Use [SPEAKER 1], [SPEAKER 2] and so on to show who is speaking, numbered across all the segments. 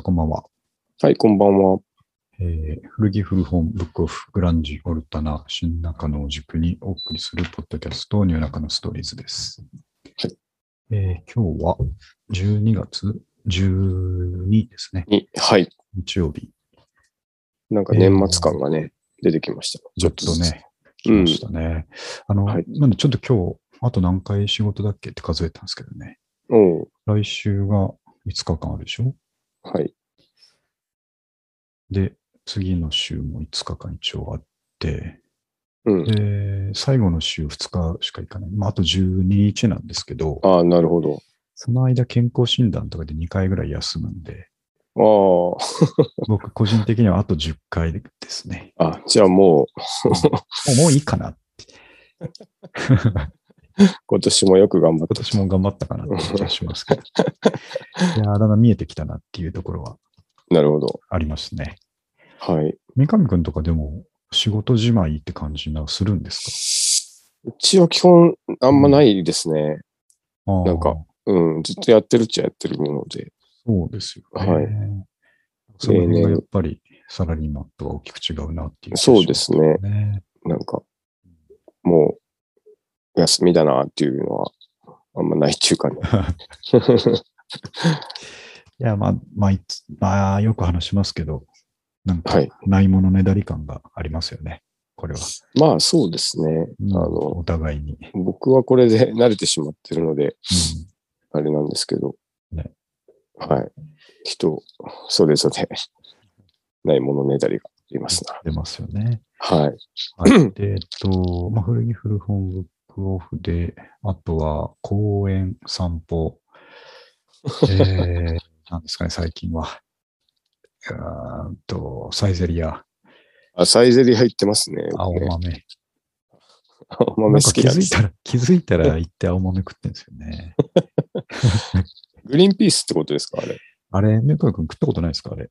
[SPEAKER 1] はい、こんばんは。
[SPEAKER 2] えー古着古本ブックオフグランジオルタナ新中野を軸にお送りするポッドキャストニューナカのストーリーズです、
[SPEAKER 1] はい
[SPEAKER 2] えー今日は12月12ですね
[SPEAKER 1] にはい。
[SPEAKER 2] 日曜日
[SPEAKER 1] なんか年末感がね、出てきました。
[SPEAKER 2] ちょっと
[SPEAKER 1] ずつ。
[SPEAKER 2] ね来ましたね、あの、
[SPEAKER 1] はい
[SPEAKER 2] なんでちょっと今日あと何回仕事だっけって数えたんですけどね
[SPEAKER 1] おう
[SPEAKER 2] 来週が5日間あるでしょ
[SPEAKER 1] はい。
[SPEAKER 2] で次の週も5日間一応あって
[SPEAKER 1] うん。
[SPEAKER 2] で、最後の週2日しか行かない。まあ、あと12日なんですけど、
[SPEAKER 1] ああ、なるほど。
[SPEAKER 2] その間健康診断とかで2回ぐらい休むんで、
[SPEAKER 1] あ
[SPEAKER 2] 僕個人的にはあと10回ですね。
[SPEAKER 1] あ、あ、じゃあもう、
[SPEAKER 2] もうもういいかな。
[SPEAKER 1] 今年もよく頑張った。
[SPEAKER 2] 今年も頑張ったかなって気がしますけど。いやー、だんだん見えてきたなっていうところは
[SPEAKER 1] なるほど。
[SPEAKER 2] ありますね。
[SPEAKER 1] はい。
[SPEAKER 2] 三上くんとかでも仕事じまいって感じなするんです
[SPEAKER 1] うちは基本、あんまないですね。
[SPEAKER 2] かあー
[SPEAKER 1] なんかうん、ずっとやってるっちゃやってるもので。
[SPEAKER 2] そうですよね。
[SPEAKER 1] はい
[SPEAKER 2] その辺がやっぱりサラリーマンとは大きく違うなっていう、
[SPEAKER 1] そうですね。
[SPEAKER 2] ね。
[SPEAKER 1] なんか、もう、休みだなっていうのは、あんまないってい うかね。
[SPEAKER 2] いや、まあ、まあ、いつまあ、よく話しますけど、なんか
[SPEAKER 1] はい、
[SPEAKER 2] ないものねだり感がありますよね、これは。
[SPEAKER 1] まあそうですね。
[SPEAKER 2] うん
[SPEAKER 1] あの、
[SPEAKER 2] お互いに。うん
[SPEAKER 1] 僕はこれで 慣れてしまってるので、あれなんですけど、
[SPEAKER 2] ね
[SPEAKER 1] はい。人、それぞれ、 ないものねだりがありますな。
[SPEAKER 2] 出ますよ ね。
[SPEAKER 1] はい。
[SPEAKER 2] はい、でえっと、まあ、古着古本ブックオフで、あとは公園散歩。えー、 なんですかね、最近は。あーっと、サイゼリア、
[SPEAKER 1] あ、サイゼリア行ってますね。
[SPEAKER 2] 青
[SPEAKER 1] 僕ね
[SPEAKER 2] 豆。
[SPEAKER 1] 青
[SPEAKER 2] なん
[SPEAKER 1] 豆
[SPEAKER 2] か
[SPEAKER 1] 好
[SPEAKER 2] 気
[SPEAKER 1] きなん
[SPEAKER 2] づ
[SPEAKER 1] で
[SPEAKER 2] い
[SPEAKER 1] す。
[SPEAKER 2] たら、気づいたら行って青豆食ってんですよね。
[SPEAKER 1] グリーンピースってことですかあれ。
[SPEAKER 2] あれ、メカ君食ったことないですかあれ。い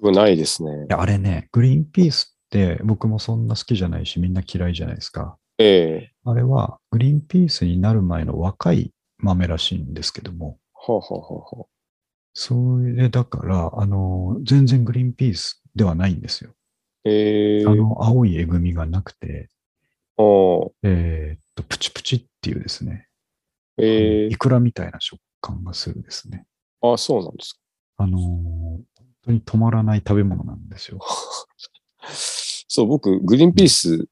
[SPEAKER 1] 僕ないですね。
[SPEAKER 2] や、あれね、グリーンピースって僕もそんな好きじゃないし、みんな嫌いじゃないですか。
[SPEAKER 1] ええ
[SPEAKER 2] あれは、グリーンピースになる前の若い豆らしいんですけども、
[SPEAKER 1] はあ、はあはあはあ、
[SPEAKER 2] それだから、あの、全然グリーンピースではないんですよ。
[SPEAKER 1] ええ
[SPEAKER 2] あの、青いえぐみがなくて、
[SPEAKER 1] あー
[SPEAKER 2] えーっと、プチプチっていうですね、
[SPEAKER 1] ええ
[SPEAKER 2] いくらみたいな食感がするですね。
[SPEAKER 1] あ、そうなんですか。
[SPEAKER 2] あの、本当に止まらない食べ物なんですよ。
[SPEAKER 1] そう、僕、グリーンピース、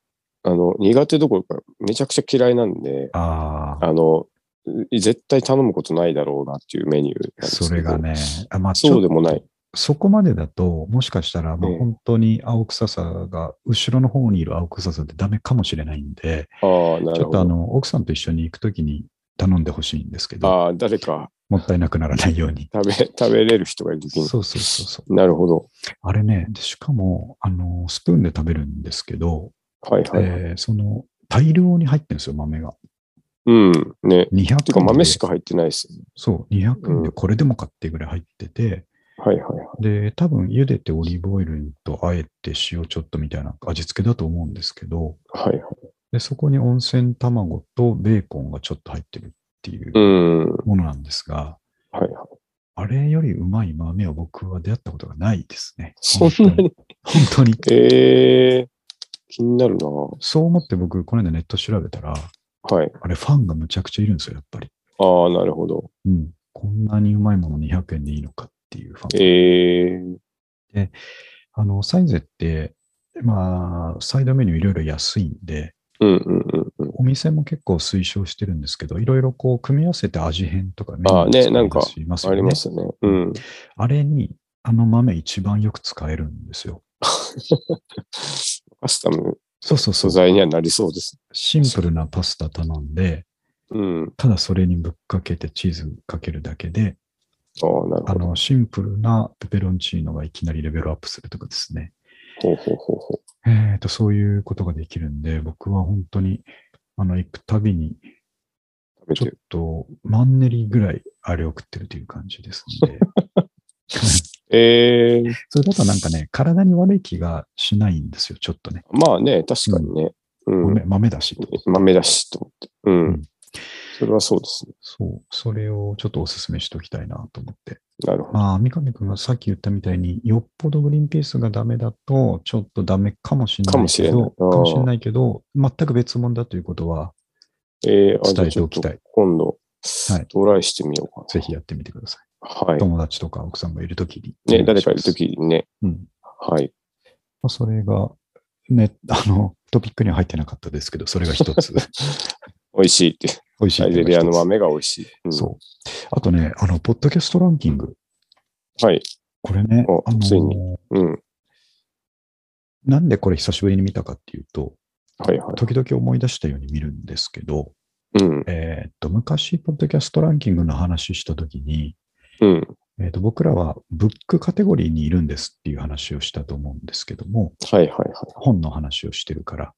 [SPEAKER 1] あの、苦手どころか、めちゃくちゃ嫌いなんで、
[SPEAKER 2] ああ、
[SPEAKER 1] あの、う絶対頼むことないだろうなっていうメニューなんですけど
[SPEAKER 2] それが。ね、あまあ、
[SPEAKER 1] そうでもない。
[SPEAKER 2] そこまでだと、もしかしたら、まあ
[SPEAKER 1] ええ
[SPEAKER 2] 本当に青臭さが、後ろの方にいる青臭さでダメかもしれないんで、
[SPEAKER 1] ああ、な
[SPEAKER 2] ち
[SPEAKER 1] る
[SPEAKER 2] ょっ
[SPEAKER 1] ほ
[SPEAKER 2] とあ
[SPEAKER 1] ど。
[SPEAKER 2] の、奥さんと一緒に行くときに頼んでほしいんですけど、
[SPEAKER 1] ああ、誰か
[SPEAKER 2] もったいなくならないように。
[SPEAKER 1] 食 べ、食べれる人がいるとき
[SPEAKER 2] そう
[SPEAKER 1] に。
[SPEAKER 2] そうそうそう。
[SPEAKER 1] なるほど。
[SPEAKER 2] あれね、でしかも、あの、スプーンで食べるんですけど、
[SPEAKER 1] はいはい。
[SPEAKER 2] えーその、大量に入ってるんですよ、豆が。
[SPEAKER 1] うん。ね。
[SPEAKER 2] 200
[SPEAKER 1] てか豆しか
[SPEAKER 2] 入
[SPEAKER 1] 入ってないですね。
[SPEAKER 2] そう、200
[SPEAKER 1] う
[SPEAKER 2] で
[SPEAKER 1] ん
[SPEAKER 2] これでもかってぐらい入ってて、
[SPEAKER 1] はいはいはい。
[SPEAKER 2] で、多分茹でてオリーブオイルとあえて塩ちょっとみたいな味付けだと思うんですけど、
[SPEAKER 1] はいはい。。
[SPEAKER 2] で、そこに温泉卵とベーコンがちょっと入ってるっていううん
[SPEAKER 1] はい
[SPEAKER 2] ものなんですが、
[SPEAKER 1] はい。
[SPEAKER 2] あれよりうまい豆を僕は出会ったことがないですね。
[SPEAKER 1] そん
[SPEAKER 2] 本
[SPEAKER 1] なに。
[SPEAKER 2] 当に。本当に。
[SPEAKER 1] ええ気になるなは
[SPEAKER 2] そう思って僕、この間ネット調べたら、
[SPEAKER 1] い。
[SPEAKER 2] あれファンがむちゃくちゃいるんですよ、やっぱり。
[SPEAKER 1] ああ、なるほど。
[SPEAKER 2] うん。こんなにうまいもの200円でいいのかっていうファン。
[SPEAKER 1] ええ
[SPEAKER 2] あの、サイゼって、まあ、サイドメニューいろいろ安いんで、
[SPEAKER 1] うんうんうんうん。
[SPEAKER 2] お店も結構推奨してるんですけど、いろいろこう組み合わせて味変とかメ
[SPEAKER 1] あねなんか
[SPEAKER 2] あります
[SPEAKER 1] あ
[SPEAKER 2] よ
[SPEAKER 1] り
[SPEAKER 2] ね
[SPEAKER 1] ま。すね。うん。
[SPEAKER 2] あれに、あの豆一番よく使えるんですよ。
[SPEAKER 1] カスタム
[SPEAKER 2] そうそうそ
[SPEAKER 1] 素
[SPEAKER 2] う。
[SPEAKER 1] 材にはなりそうです。
[SPEAKER 2] シンプルなパスタ頼んで、
[SPEAKER 1] うん。
[SPEAKER 2] ただそれにぶっかけてチーズかけるだけで、
[SPEAKER 1] ああ、なる
[SPEAKER 2] あ
[SPEAKER 1] ほど。
[SPEAKER 2] の、シンプルなペペロンチーノがいきなりレベルアップするとかですね。
[SPEAKER 1] ほうほうほうほ
[SPEAKER 2] えっと、そういうことができるんで、僕は本当に、あの、行くたびに、
[SPEAKER 1] う。食べ
[SPEAKER 2] ちょ
[SPEAKER 1] て
[SPEAKER 2] っ
[SPEAKER 1] る。
[SPEAKER 2] と、マンネリぐらいあれを食ってるという感じですん で。
[SPEAKER 1] ええ
[SPEAKER 2] それだとなんかね、体に悪い気がしないんですよ、ちょっとね。
[SPEAKER 1] まあね、確かにね。うん。
[SPEAKER 2] 豆豆だしと。
[SPEAKER 1] 豆だしと思って。うん。それはそうですね。
[SPEAKER 2] そう、それをちょっとお勧めしておきたいなと思って。
[SPEAKER 1] なるほど。
[SPEAKER 2] まあ、三上君がさっき言ったみたいに、よっぽどグリーンピースがダメだと、ちょっとダメかもしれないけど、
[SPEAKER 1] かもしれない
[SPEAKER 2] かもしれないけど、全く別物だということは、
[SPEAKER 1] えー、あ、じゃ
[SPEAKER 2] 伝
[SPEAKER 1] あ
[SPEAKER 2] え
[SPEAKER 1] ち
[SPEAKER 2] て
[SPEAKER 1] ょ
[SPEAKER 2] お
[SPEAKER 1] っ
[SPEAKER 2] き
[SPEAKER 1] と
[SPEAKER 2] たい。
[SPEAKER 1] 今度、
[SPEAKER 2] はい
[SPEAKER 1] トライしてみようかな。
[SPEAKER 2] ぜひやってみてください。
[SPEAKER 1] はい。
[SPEAKER 2] 友達とか奥さんがいるときに。
[SPEAKER 1] ね、誰かいるときにね。
[SPEAKER 2] うん。
[SPEAKER 1] はい。
[SPEAKER 2] まあ、それが、ね、あの、トピックには入ってなかったですけど、それが一 つ。
[SPEAKER 1] 美味しい って。
[SPEAKER 2] 美味しい
[SPEAKER 1] サ
[SPEAKER 2] ってい
[SPEAKER 1] イゼ
[SPEAKER 2] うが一つ
[SPEAKER 1] リアの豆が美味しい。うん
[SPEAKER 2] そう。あとね、あの、ポッドキャストランキング。
[SPEAKER 1] はい。
[SPEAKER 2] これね
[SPEAKER 1] お、
[SPEAKER 2] あの
[SPEAKER 1] ついにうん。
[SPEAKER 2] なんでこれ久しぶりに見たかっていうと、
[SPEAKER 1] はいはい。
[SPEAKER 2] 時々思い出したように見るんですけど、
[SPEAKER 1] うん。
[SPEAKER 2] えーっと、昔、ポッドキャストランキングの話したときに、
[SPEAKER 1] うん。
[SPEAKER 2] えーっと、僕らはブックカテゴリーにいるんですっていう話をしたと思うんですけども、
[SPEAKER 1] はいはいは
[SPEAKER 2] 本の話をしてるから。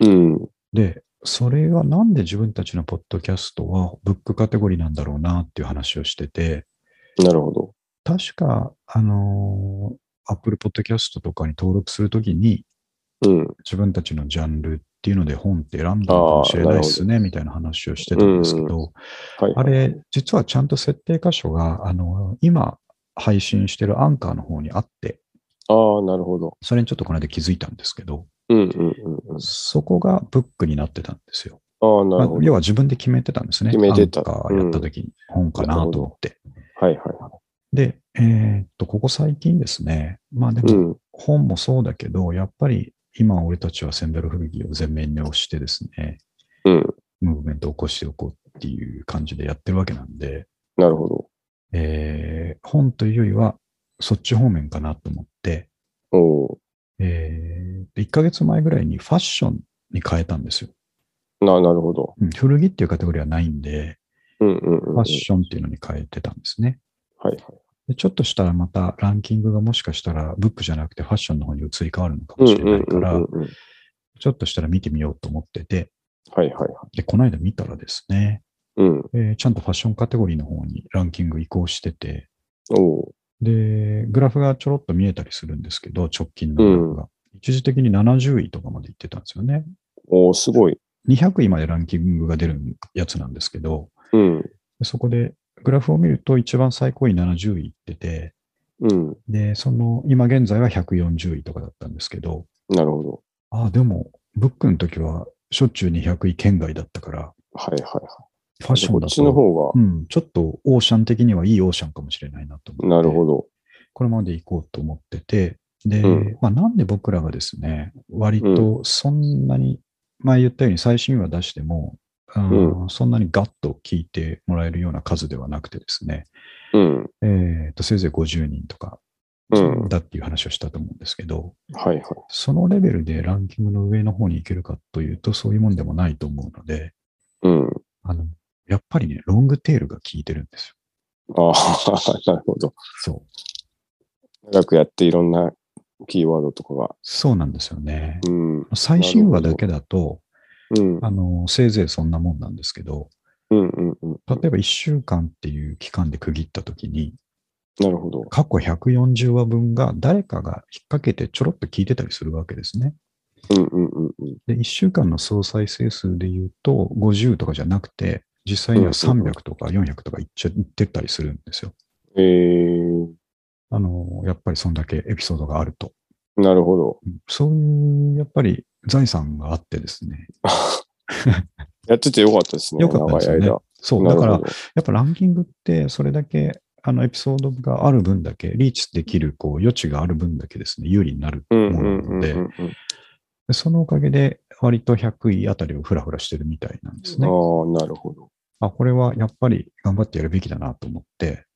[SPEAKER 1] い。うん。
[SPEAKER 2] で、それはなんで自分たちのポッドキャストはブックカテゴリーなんだろうなっていう話をしてて、
[SPEAKER 1] なるほど。
[SPEAKER 2] 確か、あのー、Apple Podcast とかに登録するときに、
[SPEAKER 1] うん。
[SPEAKER 2] 自分たちのジャンルっていうので本って選んだのかもしれないですね、みたいな話をしてたんですけど、
[SPEAKER 1] はい。
[SPEAKER 2] あれ、実はちゃんと設定箇所が、あの、今配信してるアンカーの方にあって、
[SPEAKER 1] ああ、なるほど。
[SPEAKER 2] それにちょっとこの間気づいたんですけど、
[SPEAKER 1] うんうんうんうん。
[SPEAKER 2] そこがブックになってたんですよ。
[SPEAKER 1] ああ、なる
[SPEAKER 2] ま
[SPEAKER 1] ほ
[SPEAKER 2] あ
[SPEAKER 1] ど。
[SPEAKER 2] 要は自分で決めてたんですね。
[SPEAKER 1] 決めて
[SPEAKER 2] ア
[SPEAKER 1] た
[SPEAKER 2] ンカーやった時に本かなと思って。
[SPEAKER 1] はいはいは
[SPEAKER 2] で、えーっと、ここ最近ですね、まあで
[SPEAKER 1] い。う
[SPEAKER 2] も
[SPEAKER 1] ん。
[SPEAKER 2] 本もそうだけど、やっぱり今俺たちはセンベロ古着を全面に押してですね、
[SPEAKER 1] うん。
[SPEAKER 2] ムーブメントを起こしておこうっていう感じでやってるわけなんで、
[SPEAKER 1] なるほど。
[SPEAKER 2] えー本というよりは、そっち方面かなと思って、
[SPEAKER 1] お
[SPEAKER 2] えー、1ヶ月前ぐらいにファッションに変えたんですよ。
[SPEAKER 1] お。な、なるほど。
[SPEAKER 2] うん古着っていうカテゴリーはないんで、
[SPEAKER 1] うんうんうん。
[SPEAKER 2] ファッションっていうのに変えてたんですね。
[SPEAKER 1] はいはい。
[SPEAKER 2] でちょっとしたらまたランキングがもしかしたらブックじゃなくてファッションの方に移り変わるのか
[SPEAKER 1] う
[SPEAKER 2] も
[SPEAKER 1] ん
[SPEAKER 2] しれない
[SPEAKER 1] うんう
[SPEAKER 2] か
[SPEAKER 1] んうん
[SPEAKER 2] ら、
[SPEAKER 1] うん。
[SPEAKER 2] ちょっとしたら見てみようと思ってて、
[SPEAKER 1] はいはいはい。
[SPEAKER 2] で、この間見たらですね、
[SPEAKER 1] うん。
[SPEAKER 2] えーちゃんとファッションカテゴリーの方にランキング移行してて、
[SPEAKER 1] おお
[SPEAKER 2] で、グラフがちょろっと見えたりするんですけど、直近のグラフが。一時的に70位とかまで行ってたんですよね。
[SPEAKER 1] おおすごい。
[SPEAKER 2] 200位までランキングが出るやつなんですけど、
[SPEAKER 1] うん。
[SPEAKER 2] でそこでグラフを見ると一番最高位70位行ってて、
[SPEAKER 1] うん。
[SPEAKER 2] で、その今現在は140位とかだったんですけど、
[SPEAKER 1] なるほど。
[SPEAKER 2] ああ、でも、ブックの時はしょっちゅう200位圏外だったから、
[SPEAKER 1] はいはいはい。
[SPEAKER 2] ファッション
[SPEAKER 1] こ
[SPEAKER 2] だ
[SPEAKER 1] っちの
[SPEAKER 2] と、
[SPEAKER 1] 方
[SPEAKER 2] う
[SPEAKER 1] が、
[SPEAKER 2] ん、ちょっとオーシャン的にはいいオーシャンかもしれないなと思って。
[SPEAKER 1] なるほど。
[SPEAKER 2] このままでいこうと思ってて、で、
[SPEAKER 1] うん
[SPEAKER 2] まあ、なんで僕らがですね、割とそんなに、前言ったように最新話出しても、あーそんなにガッと聞いてもらえるような数ではなくてですね、
[SPEAKER 1] うん。
[SPEAKER 2] えー、とせいぜい50人とか
[SPEAKER 1] うん。はい
[SPEAKER 2] だっていう話をしたと思うんですけど、
[SPEAKER 1] はい。
[SPEAKER 2] そのレベルでランキングの上の方に行けるかというと、そういうもんでもないと思うので、
[SPEAKER 1] うん。
[SPEAKER 2] あのやっぱりね、ロングテールが効いてるんですよ。
[SPEAKER 1] ああ、 なるほど。
[SPEAKER 2] そう。
[SPEAKER 1] 長くやっていろんなキーワードとかが。
[SPEAKER 2] そうなんですよね。
[SPEAKER 1] うん。うん
[SPEAKER 2] 最新話だけだと、。
[SPEAKER 1] うん
[SPEAKER 2] あの、せいぜいそんなもんなんですけど、
[SPEAKER 1] うんうん。
[SPEAKER 2] 例えば1週間っていう期間で区切ったときに、
[SPEAKER 1] なるほど。
[SPEAKER 2] 過去140話分が誰かが引っ掛けてちょろっと聞いてたりするわけですね。
[SPEAKER 1] うんうんうんうん。
[SPEAKER 2] で、1週間の総再生数で言うと、50とかじゃなくて、実際には300とか400とかいっちゃいってたりするんですよ。
[SPEAKER 1] えー、
[SPEAKER 2] あの、やっぱりそんだけエピソードがあると。
[SPEAKER 1] なるほど。
[SPEAKER 2] うんそういう、やっぱり財産があってですね。
[SPEAKER 1] やっててよかったですね。
[SPEAKER 2] よかったですよね
[SPEAKER 1] 長い間。。
[SPEAKER 2] そう、だから
[SPEAKER 1] なる、
[SPEAKER 2] やっぱランキングって、それだけ、あの、エピソードがある分だけ、リーチできる、こう、余地がある分だけですね、有利になる
[SPEAKER 1] ほど。う
[SPEAKER 2] も
[SPEAKER 1] んうん
[SPEAKER 2] の
[SPEAKER 1] う
[SPEAKER 2] なの
[SPEAKER 1] んう
[SPEAKER 2] で、
[SPEAKER 1] ん
[SPEAKER 2] でそのおかげで、割と100位あたりをふらふらしてるみたいなんですね。
[SPEAKER 1] うん。ああ、なるほど。
[SPEAKER 2] あ、これはやっぱり頑張ってやるべきだなと思って、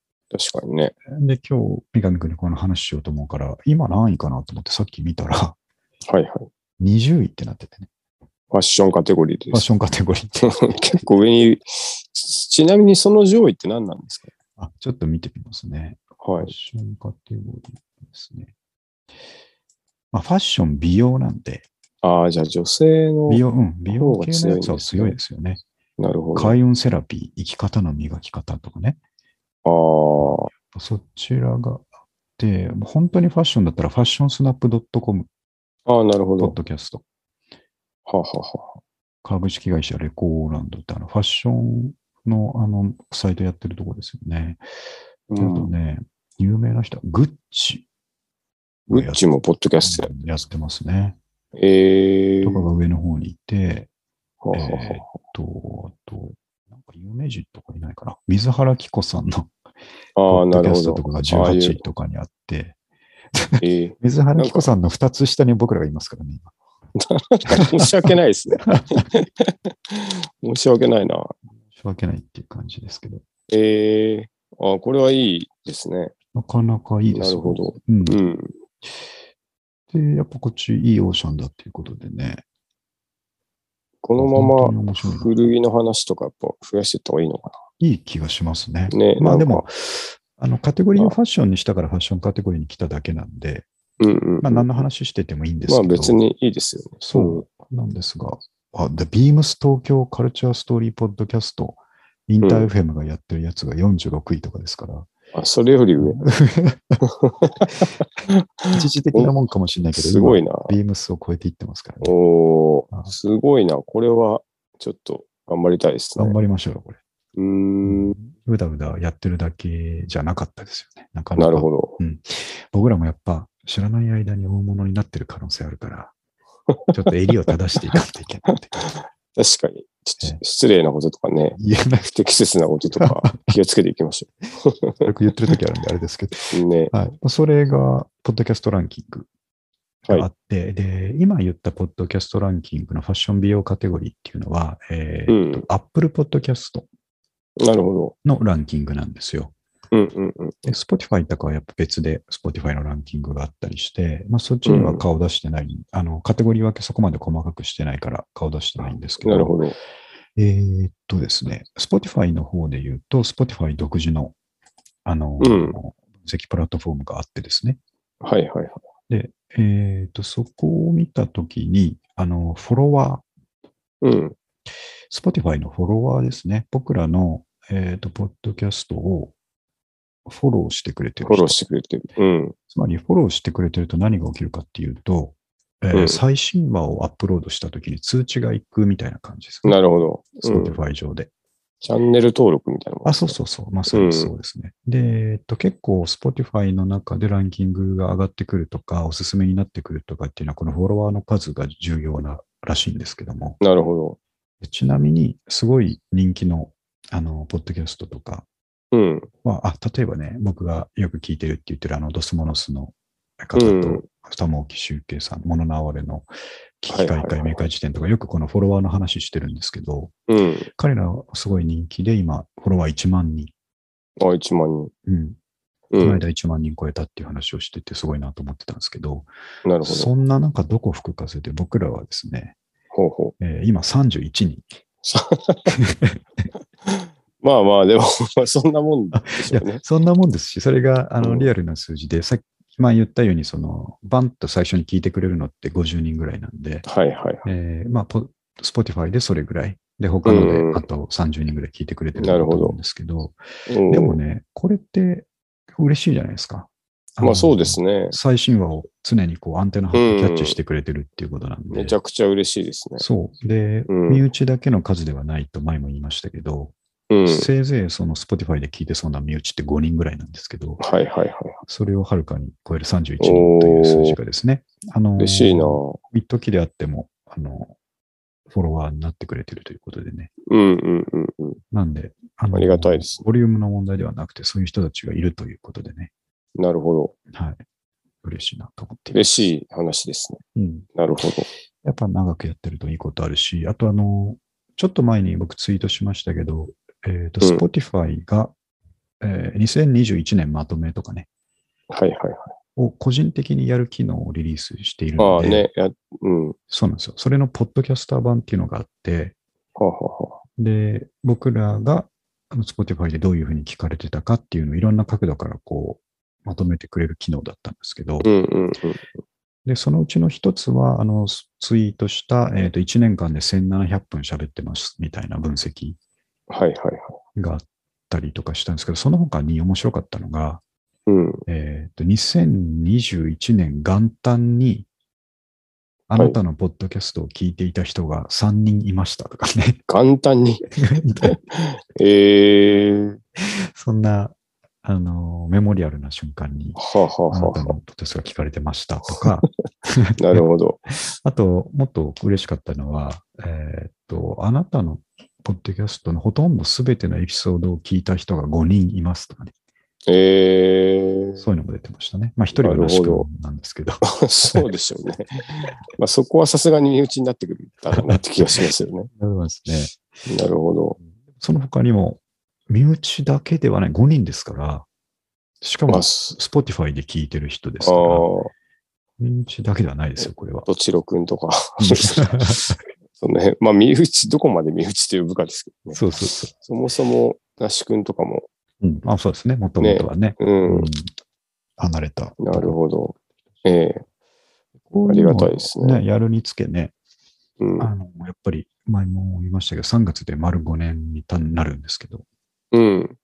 [SPEAKER 1] 確かにね。
[SPEAKER 2] で、今日、三上くんにこの話しようと思うから、今何位かなと思って、さっき見たら、
[SPEAKER 1] はいはい。
[SPEAKER 2] 20位ってなっててね、
[SPEAKER 1] ファッションカテゴリー
[SPEAKER 2] ファ
[SPEAKER 1] で
[SPEAKER 2] ッ
[SPEAKER 1] す。
[SPEAKER 2] ションカテゴリーって。
[SPEAKER 1] 結構上に、ちちなみにその上位って何なんですか
[SPEAKER 2] あ、ちょっと見てみますね。
[SPEAKER 1] は
[SPEAKER 2] ファッ
[SPEAKER 1] い。
[SPEAKER 2] ションカテゴリーですね。まあ、ファッション、美容なんで、
[SPEAKER 1] ああ、じゃあ女性の
[SPEAKER 2] 美、容、うん、美容系のやつ
[SPEAKER 1] 方
[SPEAKER 2] は
[SPEAKER 1] が
[SPEAKER 2] 強い
[SPEAKER 1] 強いん
[SPEAKER 2] で
[SPEAKER 1] です
[SPEAKER 2] よね。
[SPEAKER 1] なるほど。あ
[SPEAKER 2] 開運セラピー、生き方の磨き方とかね。
[SPEAKER 1] あ、
[SPEAKER 2] そちらがあって、もう本当にファッションだったら、ファッションスナップ .com、
[SPEAKER 1] ああ、なる
[SPEAKER 2] ポ
[SPEAKER 1] ほど。
[SPEAKER 2] ッドキャスト、
[SPEAKER 1] はあはあはあ
[SPEAKER 2] 株式会社レコーランドってあの、ファッションの、あの、サイトやってるとこですよね。
[SPEAKER 1] う
[SPEAKER 2] であと
[SPEAKER 1] ん。
[SPEAKER 2] ね、有名な人は、グッチ。
[SPEAKER 1] グッチもポッドキャストや。
[SPEAKER 2] やってますね。
[SPEAKER 1] ええ
[SPEAKER 2] とかが上の方にいて、
[SPEAKER 1] は
[SPEAKER 2] え
[SPEAKER 1] あはあ
[SPEAKER 2] ーっと、あと、なんか有名人とかいないかな。水原希子さんの
[SPEAKER 1] あ
[SPEAKER 2] ポ
[SPEAKER 1] あ、
[SPEAKER 2] ッド
[SPEAKER 1] な
[SPEAKER 2] キ
[SPEAKER 1] る
[SPEAKER 2] ャ
[SPEAKER 1] ほ
[SPEAKER 2] スト
[SPEAKER 1] ど
[SPEAKER 2] とかが。
[SPEAKER 1] ああい
[SPEAKER 2] 18
[SPEAKER 1] う
[SPEAKER 2] 位、とかにあって、
[SPEAKER 1] ええ
[SPEAKER 2] 水原希子さんの2つ下に僕らがいますからね、今
[SPEAKER 1] 申し訳ないですね。 申し訳ないな。
[SPEAKER 2] 申し訳ないっていう感じですけど、
[SPEAKER 1] ええああ、これはいいですね。
[SPEAKER 2] なかなかいいですよ
[SPEAKER 1] なるほど。
[SPEAKER 2] うん。
[SPEAKER 1] う
[SPEAKER 2] で、
[SPEAKER 1] ん。
[SPEAKER 2] やっぱこっちいいオーシャンだっていうことでね。
[SPEAKER 1] この
[SPEAKER 2] 本
[SPEAKER 1] ま
[SPEAKER 2] 当に
[SPEAKER 1] ま
[SPEAKER 2] 面白いな
[SPEAKER 1] 古着の話とかやっぱ増やしていった方がいいのか
[SPEAKER 2] いい気がしますね。
[SPEAKER 1] な。ね
[SPEAKER 2] まあで、
[SPEAKER 1] なん
[SPEAKER 2] も
[SPEAKER 1] か、
[SPEAKER 2] あの、カテゴリーをファッションにしたからファッションカテゴリーに来ただけなんで、
[SPEAKER 1] うんうん。
[SPEAKER 2] まあ何の話しててもいいんです
[SPEAKER 1] ま
[SPEAKER 2] けど。
[SPEAKER 1] あ別にいいですよね。
[SPEAKER 2] そうなんですが、あ、The Beams 東京カルチャーストーリーポッドキャスト、インターフェムがやってるやつが46位とかですから、
[SPEAKER 1] あ、それより上。
[SPEAKER 2] 一時的なもんかもしれないけど、
[SPEAKER 1] すごいな。
[SPEAKER 2] 今。Beams を超えていってますからね。
[SPEAKER 1] お
[SPEAKER 2] あ
[SPEAKER 1] ー、すごいな。これは、ちょっと頑張りたいですね。
[SPEAKER 2] 頑張りましょうよ、これ。
[SPEAKER 1] うーん、
[SPEAKER 2] うだうだやってるだけじゃなかったですよね。なかな
[SPEAKER 1] な
[SPEAKER 2] か
[SPEAKER 1] るほど。
[SPEAKER 2] 僕らもやっぱ知らない間に大物になってる可能性あるから、ちょっと襟を正していかないといけないって感じ。
[SPEAKER 1] 確かに、ちょっ
[SPEAKER 2] え
[SPEAKER 1] と失礼なこととかね、
[SPEAKER 2] 言えない、
[SPEAKER 1] 不適切なこと とか気をつけていきまし
[SPEAKER 2] よく言ってる時あるんであれですけど。
[SPEAKER 1] ょう。ね。
[SPEAKER 2] はい。それが、ポッドキャストランキングがあって、で、今言ったポッドキャストランキングのファッション美容カテゴリーっていうのは、え
[SPEAKER 1] う
[SPEAKER 2] ー
[SPEAKER 1] ん、
[SPEAKER 2] Apple Podcast
[SPEAKER 1] なるほ
[SPEAKER 2] のランキングなんですよ。
[SPEAKER 1] ど。うんうんうん。
[SPEAKER 2] で、Spotify とかはやっぱ別で Spotify のランキングがあったりして、まあそっちには顔出してない、あの、カテゴリー分けそこまで細かくしてないから顔出してないんですけど、
[SPEAKER 1] なるほど。
[SPEAKER 2] えーっとですね、Spotify の方で言うと、Spotify 独自の、あの、
[SPEAKER 1] うん
[SPEAKER 2] 分析プラットフォームがあってですね、
[SPEAKER 1] はいはいはい。
[SPEAKER 2] えっと、そこを見たときに、あの、フォロワ
[SPEAKER 1] うん。
[SPEAKER 2] ー、Spotify のフォロワーですね。僕らの、えっ、と、ポッドキャストをフォローしてくれてる
[SPEAKER 1] フォ
[SPEAKER 2] 人。
[SPEAKER 1] ローしてくれてる。うん。
[SPEAKER 2] つまり、フォローしてくれてると何が起きるかっていうと、えー
[SPEAKER 1] うん
[SPEAKER 2] 最新話をアップロードしたときに通知が行くみたいな感じですね。
[SPEAKER 1] なるほど。うん。チ
[SPEAKER 2] Spotify 上で。
[SPEAKER 1] ャンネル登録みたいなもん。
[SPEAKER 2] あ、そうそうそう。まさにそうですね。で、えっと、結構 Spotify の中でランキングが上がってくるとか、おすすめになってくるとかっていうのは、このフォロワーの数が重要ならしいんですけども、
[SPEAKER 1] なるほ
[SPEAKER 2] ちなみに、すごい人気の、あの、ポッドキャストとか
[SPEAKER 1] ど。うん。
[SPEAKER 2] は、あ、例えばね、僕がよく聞いてるって言ってる、あの、ドスモノスの方
[SPEAKER 1] う
[SPEAKER 2] と
[SPEAKER 1] ん、
[SPEAKER 2] 玉置周慶さん、物のあわれの危機
[SPEAKER 1] はい
[SPEAKER 2] 開
[SPEAKER 1] はい
[SPEAKER 2] 会
[SPEAKER 1] はい
[SPEAKER 2] 明会辞典とか、よくこのフォロワーの話してるんですけど、
[SPEAKER 1] うん。
[SPEAKER 2] 彼らはすごい人気で、今、フォロワー1万人。
[SPEAKER 1] あ、1万人。
[SPEAKER 2] うん。
[SPEAKER 1] う
[SPEAKER 2] この
[SPEAKER 1] ん。な
[SPEAKER 2] 間1万人超えたっていう話をしてて、すごいなと思ってたんですけど、
[SPEAKER 1] るほど。
[SPEAKER 2] そんな中、どこ吹く風で僕らはですね、
[SPEAKER 1] ほうほ う。
[SPEAKER 2] えー今31人。
[SPEAKER 1] まあまあ、でも、 そんなもんでし
[SPEAKER 2] い
[SPEAKER 1] ょ
[SPEAKER 2] や
[SPEAKER 1] うね。
[SPEAKER 2] そんなもんですし、それがあ
[SPEAKER 1] う
[SPEAKER 2] の
[SPEAKER 1] ん
[SPEAKER 2] リアルな数字で、さっき、まあ、言ったように、その、バンと最初に聞いてくれるのって50人ぐらいなんで、
[SPEAKER 1] はいはいはい。
[SPEAKER 2] えーまあ、ポスポティファイでそれぐらい。で、他の
[SPEAKER 1] うん
[SPEAKER 2] で、あと30人ぐらい聞いてくれてると
[SPEAKER 1] なるほど
[SPEAKER 2] 思うんですけど、
[SPEAKER 1] うん
[SPEAKER 2] でもね、これって嬉しいじゃないですか。
[SPEAKER 1] まあそうで
[SPEAKER 2] ね。
[SPEAKER 1] すね。
[SPEAKER 2] 最新話を常にこうアンテナ張ってキャッチしてくれてるっていうことなんで。
[SPEAKER 1] めちゃくちゃ嬉しいですね。
[SPEAKER 2] そう。で、
[SPEAKER 1] うん
[SPEAKER 2] 身内だけの数ではないと前も言いましたけど、
[SPEAKER 1] うん。
[SPEAKER 2] せいぜいその Spotify で聞いてそうな身内って5人ぐらいなんですけど、
[SPEAKER 1] はいはいはい。
[SPEAKER 2] それをはるかに超える31人という数字がですね、あの、
[SPEAKER 1] 嬉しいな
[SPEAKER 2] 一時であっても、あの、フォロワーになってくれてるということでね。
[SPEAKER 1] うんうんうんうん。
[SPEAKER 2] なんで、あの
[SPEAKER 1] ありがたいです
[SPEAKER 2] ボリュームの問題ではなくて、そういう人たちがいるということでね。
[SPEAKER 1] なるほど。
[SPEAKER 2] はい。嬉しいなと思っています。
[SPEAKER 1] 嬉しい話ですね。
[SPEAKER 2] うん。
[SPEAKER 1] なるほど。
[SPEAKER 2] やっぱ長くやってるといいことあるし、あとあの、ちょっと前に僕ツイートしましたけど、えっ、と、
[SPEAKER 1] うん
[SPEAKER 2] Spotify が、えー2021年まとめとかね、
[SPEAKER 1] はいはいはい。
[SPEAKER 2] を個人的にやる機能をリリースしている
[SPEAKER 1] あ
[SPEAKER 2] の
[SPEAKER 1] あ
[SPEAKER 2] で、
[SPEAKER 1] ね。やうん。は
[SPEAKER 2] そうなんですよ。それのポッドキャスター版っていうのがあって、
[SPEAKER 1] あはあはあ
[SPEAKER 2] で、僕らがあの Spotify でどういうふうに聞かれてたかっていうのをいろんな角度からこう、まとめてくれる機能だったんですけど、
[SPEAKER 1] うんうんうん。
[SPEAKER 2] で、そのうちの一つは、あの、ツイートした、えっ、と、1年間で1700分喋ってますみたいな分析
[SPEAKER 1] はいはいはい。
[SPEAKER 2] があったりとかしたんですけど、その他に面白かったのが、
[SPEAKER 1] うん。
[SPEAKER 2] えっ、と、2021年元旦にあなたのポッドキャストを聞いていた人が3人いましたとかね。
[SPEAKER 1] 簡単に。 ええー。
[SPEAKER 2] そんな、あの、メモリアルな瞬間に、
[SPEAKER 1] はあはあ
[SPEAKER 2] あな
[SPEAKER 1] は
[SPEAKER 2] たのポッドキャストが聞かれてましたと か、
[SPEAKER 1] あ。なるほど。
[SPEAKER 2] あと、もっと嬉しかったのは、えーっと、あなたのポッドキャストのほとんど全てのエピソードを聞いた人が5人いますとかね。
[SPEAKER 1] ええ ー。
[SPEAKER 2] そういうのも出てましたね。まあ、一人はなし
[SPEAKER 1] なるほ
[SPEAKER 2] く
[SPEAKER 1] ど
[SPEAKER 2] なんです けど。
[SPEAKER 1] そうでしょうね。まあそこはさすがに身内になってくるんだろうなって気がしますよね。
[SPEAKER 2] そうですね。
[SPEAKER 1] なるほど。
[SPEAKER 2] その他にも、身内だけではない5人ですから、しか
[SPEAKER 1] ま
[SPEAKER 2] も
[SPEAKER 1] あ、、す
[SPEAKER 2] Spotify で聞いてる人です
[SPEAKER 1] ああ
[SPEAKER 2] から、
[SPEAKER 1] ー、
[SPEAKER 2] 身内だけではないですよ、これは。
[SPEAKER 1] どちろくんと か。その辺、まあ身内、どこまで身内という部下ですけどね。
[SPEAKER 2] そうそうそ
[SPEAKER 1] そもそも、なしくんとかも。
[SPEAKER 2] う。うん、あそうですね、もともとはね。
[SPEAKER 1] うん、
[SPEAKER 2] うん離れた。
[SPEAKER 1] なるほど。ええ
[SPEAKER 2] ど
[SPEAKER 1] ありがたいですね
[SPEAKER 2] やるにつけね、
[SPEAKER 1] うん。
[SPEAKER 2] あの、やっぱり前も言いましたけど、3月で丸5年になるんですけど、
[SPEAKER 1] うん。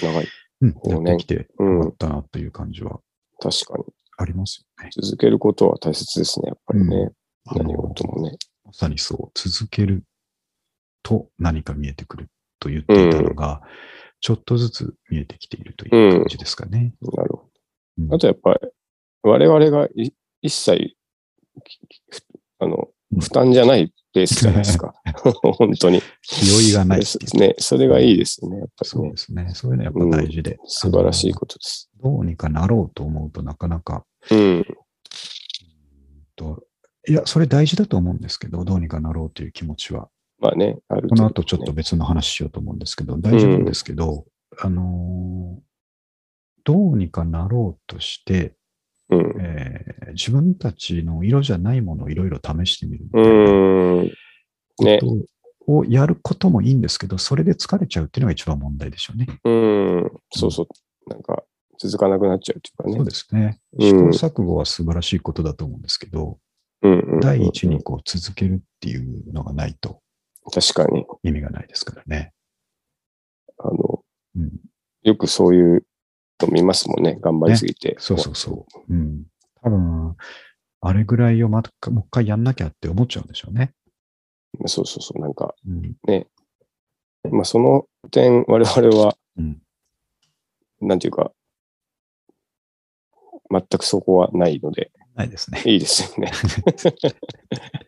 [SPEAKER 1] 長い。
[SPEAKER 2] うん、や
[SPEAKER 1] 五
[SPEAKER 2] っ
[SPEAKER 1] 年
[SPEAKER 2] てきてよ
[SPEAKER 1] う
[SPEAKER 2] か
[SPEAKER 1] ん
[SPEAKER 2] っ。たなという感じは
[SPEAKER 1] 確かに。
[SPEAKER 2] ありますよね。
[SPEAKER 1] 続けることは大切ですね、やっぱりね。
[SPEAKER 2] うあ
[SPEAKER 1] 何
[SPEAKER 2] の
[SPEAKER 1] 事もね。
[SPEAKER 2] まさにそう、続けると何か見えてくると言っていたのが、ちょっとずつ見えてきているという感じですかね。
[SPEAKER 1] なるほ
[SPEAKER 2] うん
[SPEAKER 1] ど。あとやっぱり、我々がい一切、ききふあの
[SPEAKER 2] う、ん
[SPEAKER 1] 負担じゃないペースじゃないで すか。本当に。
[SPEAKER 2] 気負いがないっていう
[SPEAKER 1] ですね。それがいいですよね、やっぱり
[SPEAKER 2] そう
[SPEAKER 1] ね。
[SPEAKER 2] ですね。そういうのやっぱ大事で。
[SPEAKER 1] 素晴らしい
[SPEAKER 2] あ
[SPEAKER 1] ことです。
[SPEAKER 2] の。どうにかなろうと思うとなかなか、
[SPEAKER 1] うん。
[SPEAKER 2] といや、それ大事だと思うんですけど、どうにかなろうという気持ちは。
[SPEAKER 1] まあね、ある
[SPEAKER 2] この後
[SPEAKER 1] 程
[SPEAKER 2] ちょ
[SPEAKER 1] 度
[SPEAKER 2] っ
[SPEAKER 1] ね
[SPEAKER 2] と別の話しようと思うんですけど、大事なんですけど、あのーどうにかなろうとして、
[SPEAKER 1] うん。
[SPEAKER 2] えー自分たちの色じゃないものをいろいろ試してみるみた
[SPEAKER 1] う
[SPEAKER 2] いな
[SPEAKER 1] ーん。ね。
[SPEAKER 2] ことをやることもいいんですけど、それで疲れちゃうっていうのが一番問題でしょうね。
[SPEAKER 1] うん。そうそう。なんか、続かなくなっちゃうっていうかね。
[SPEAKER 2] そうですね。
[SPEAKER 1] うん
[SPEAKER 2] 試行錯誤は素晴らしいことだと思うんですけど、
[SPEAKER 1] うんうんうん。
[SPEAKER 2] 第一にこう続けるっていうのがないと
[SPEAKER 1] 確かに。
[SPEAKER 2] 意味がないですからね。
[SPEAKER 1] あの、
[SPEAKER 2] うん、
[SPEAKER 1] よくそういうの見ますもんね。頑張りすぎて。
[SPEAKER 2] そうそうそう。うん、多分、あれぐらいをまたもう一回やんなきゃって思っちゃうんでしょうね。
[SPEAKER 1] そうそうそう。なんか、
[SPEAKER 2] うん
[SPEAKER 1] まあその点、我々は、
[SPEAKER 2] うん
[SPEAKER 1] なんていうか、全くそこはないので、
[SPEAKER 2] ないですね。
[SPEAKER 1] いいですよね。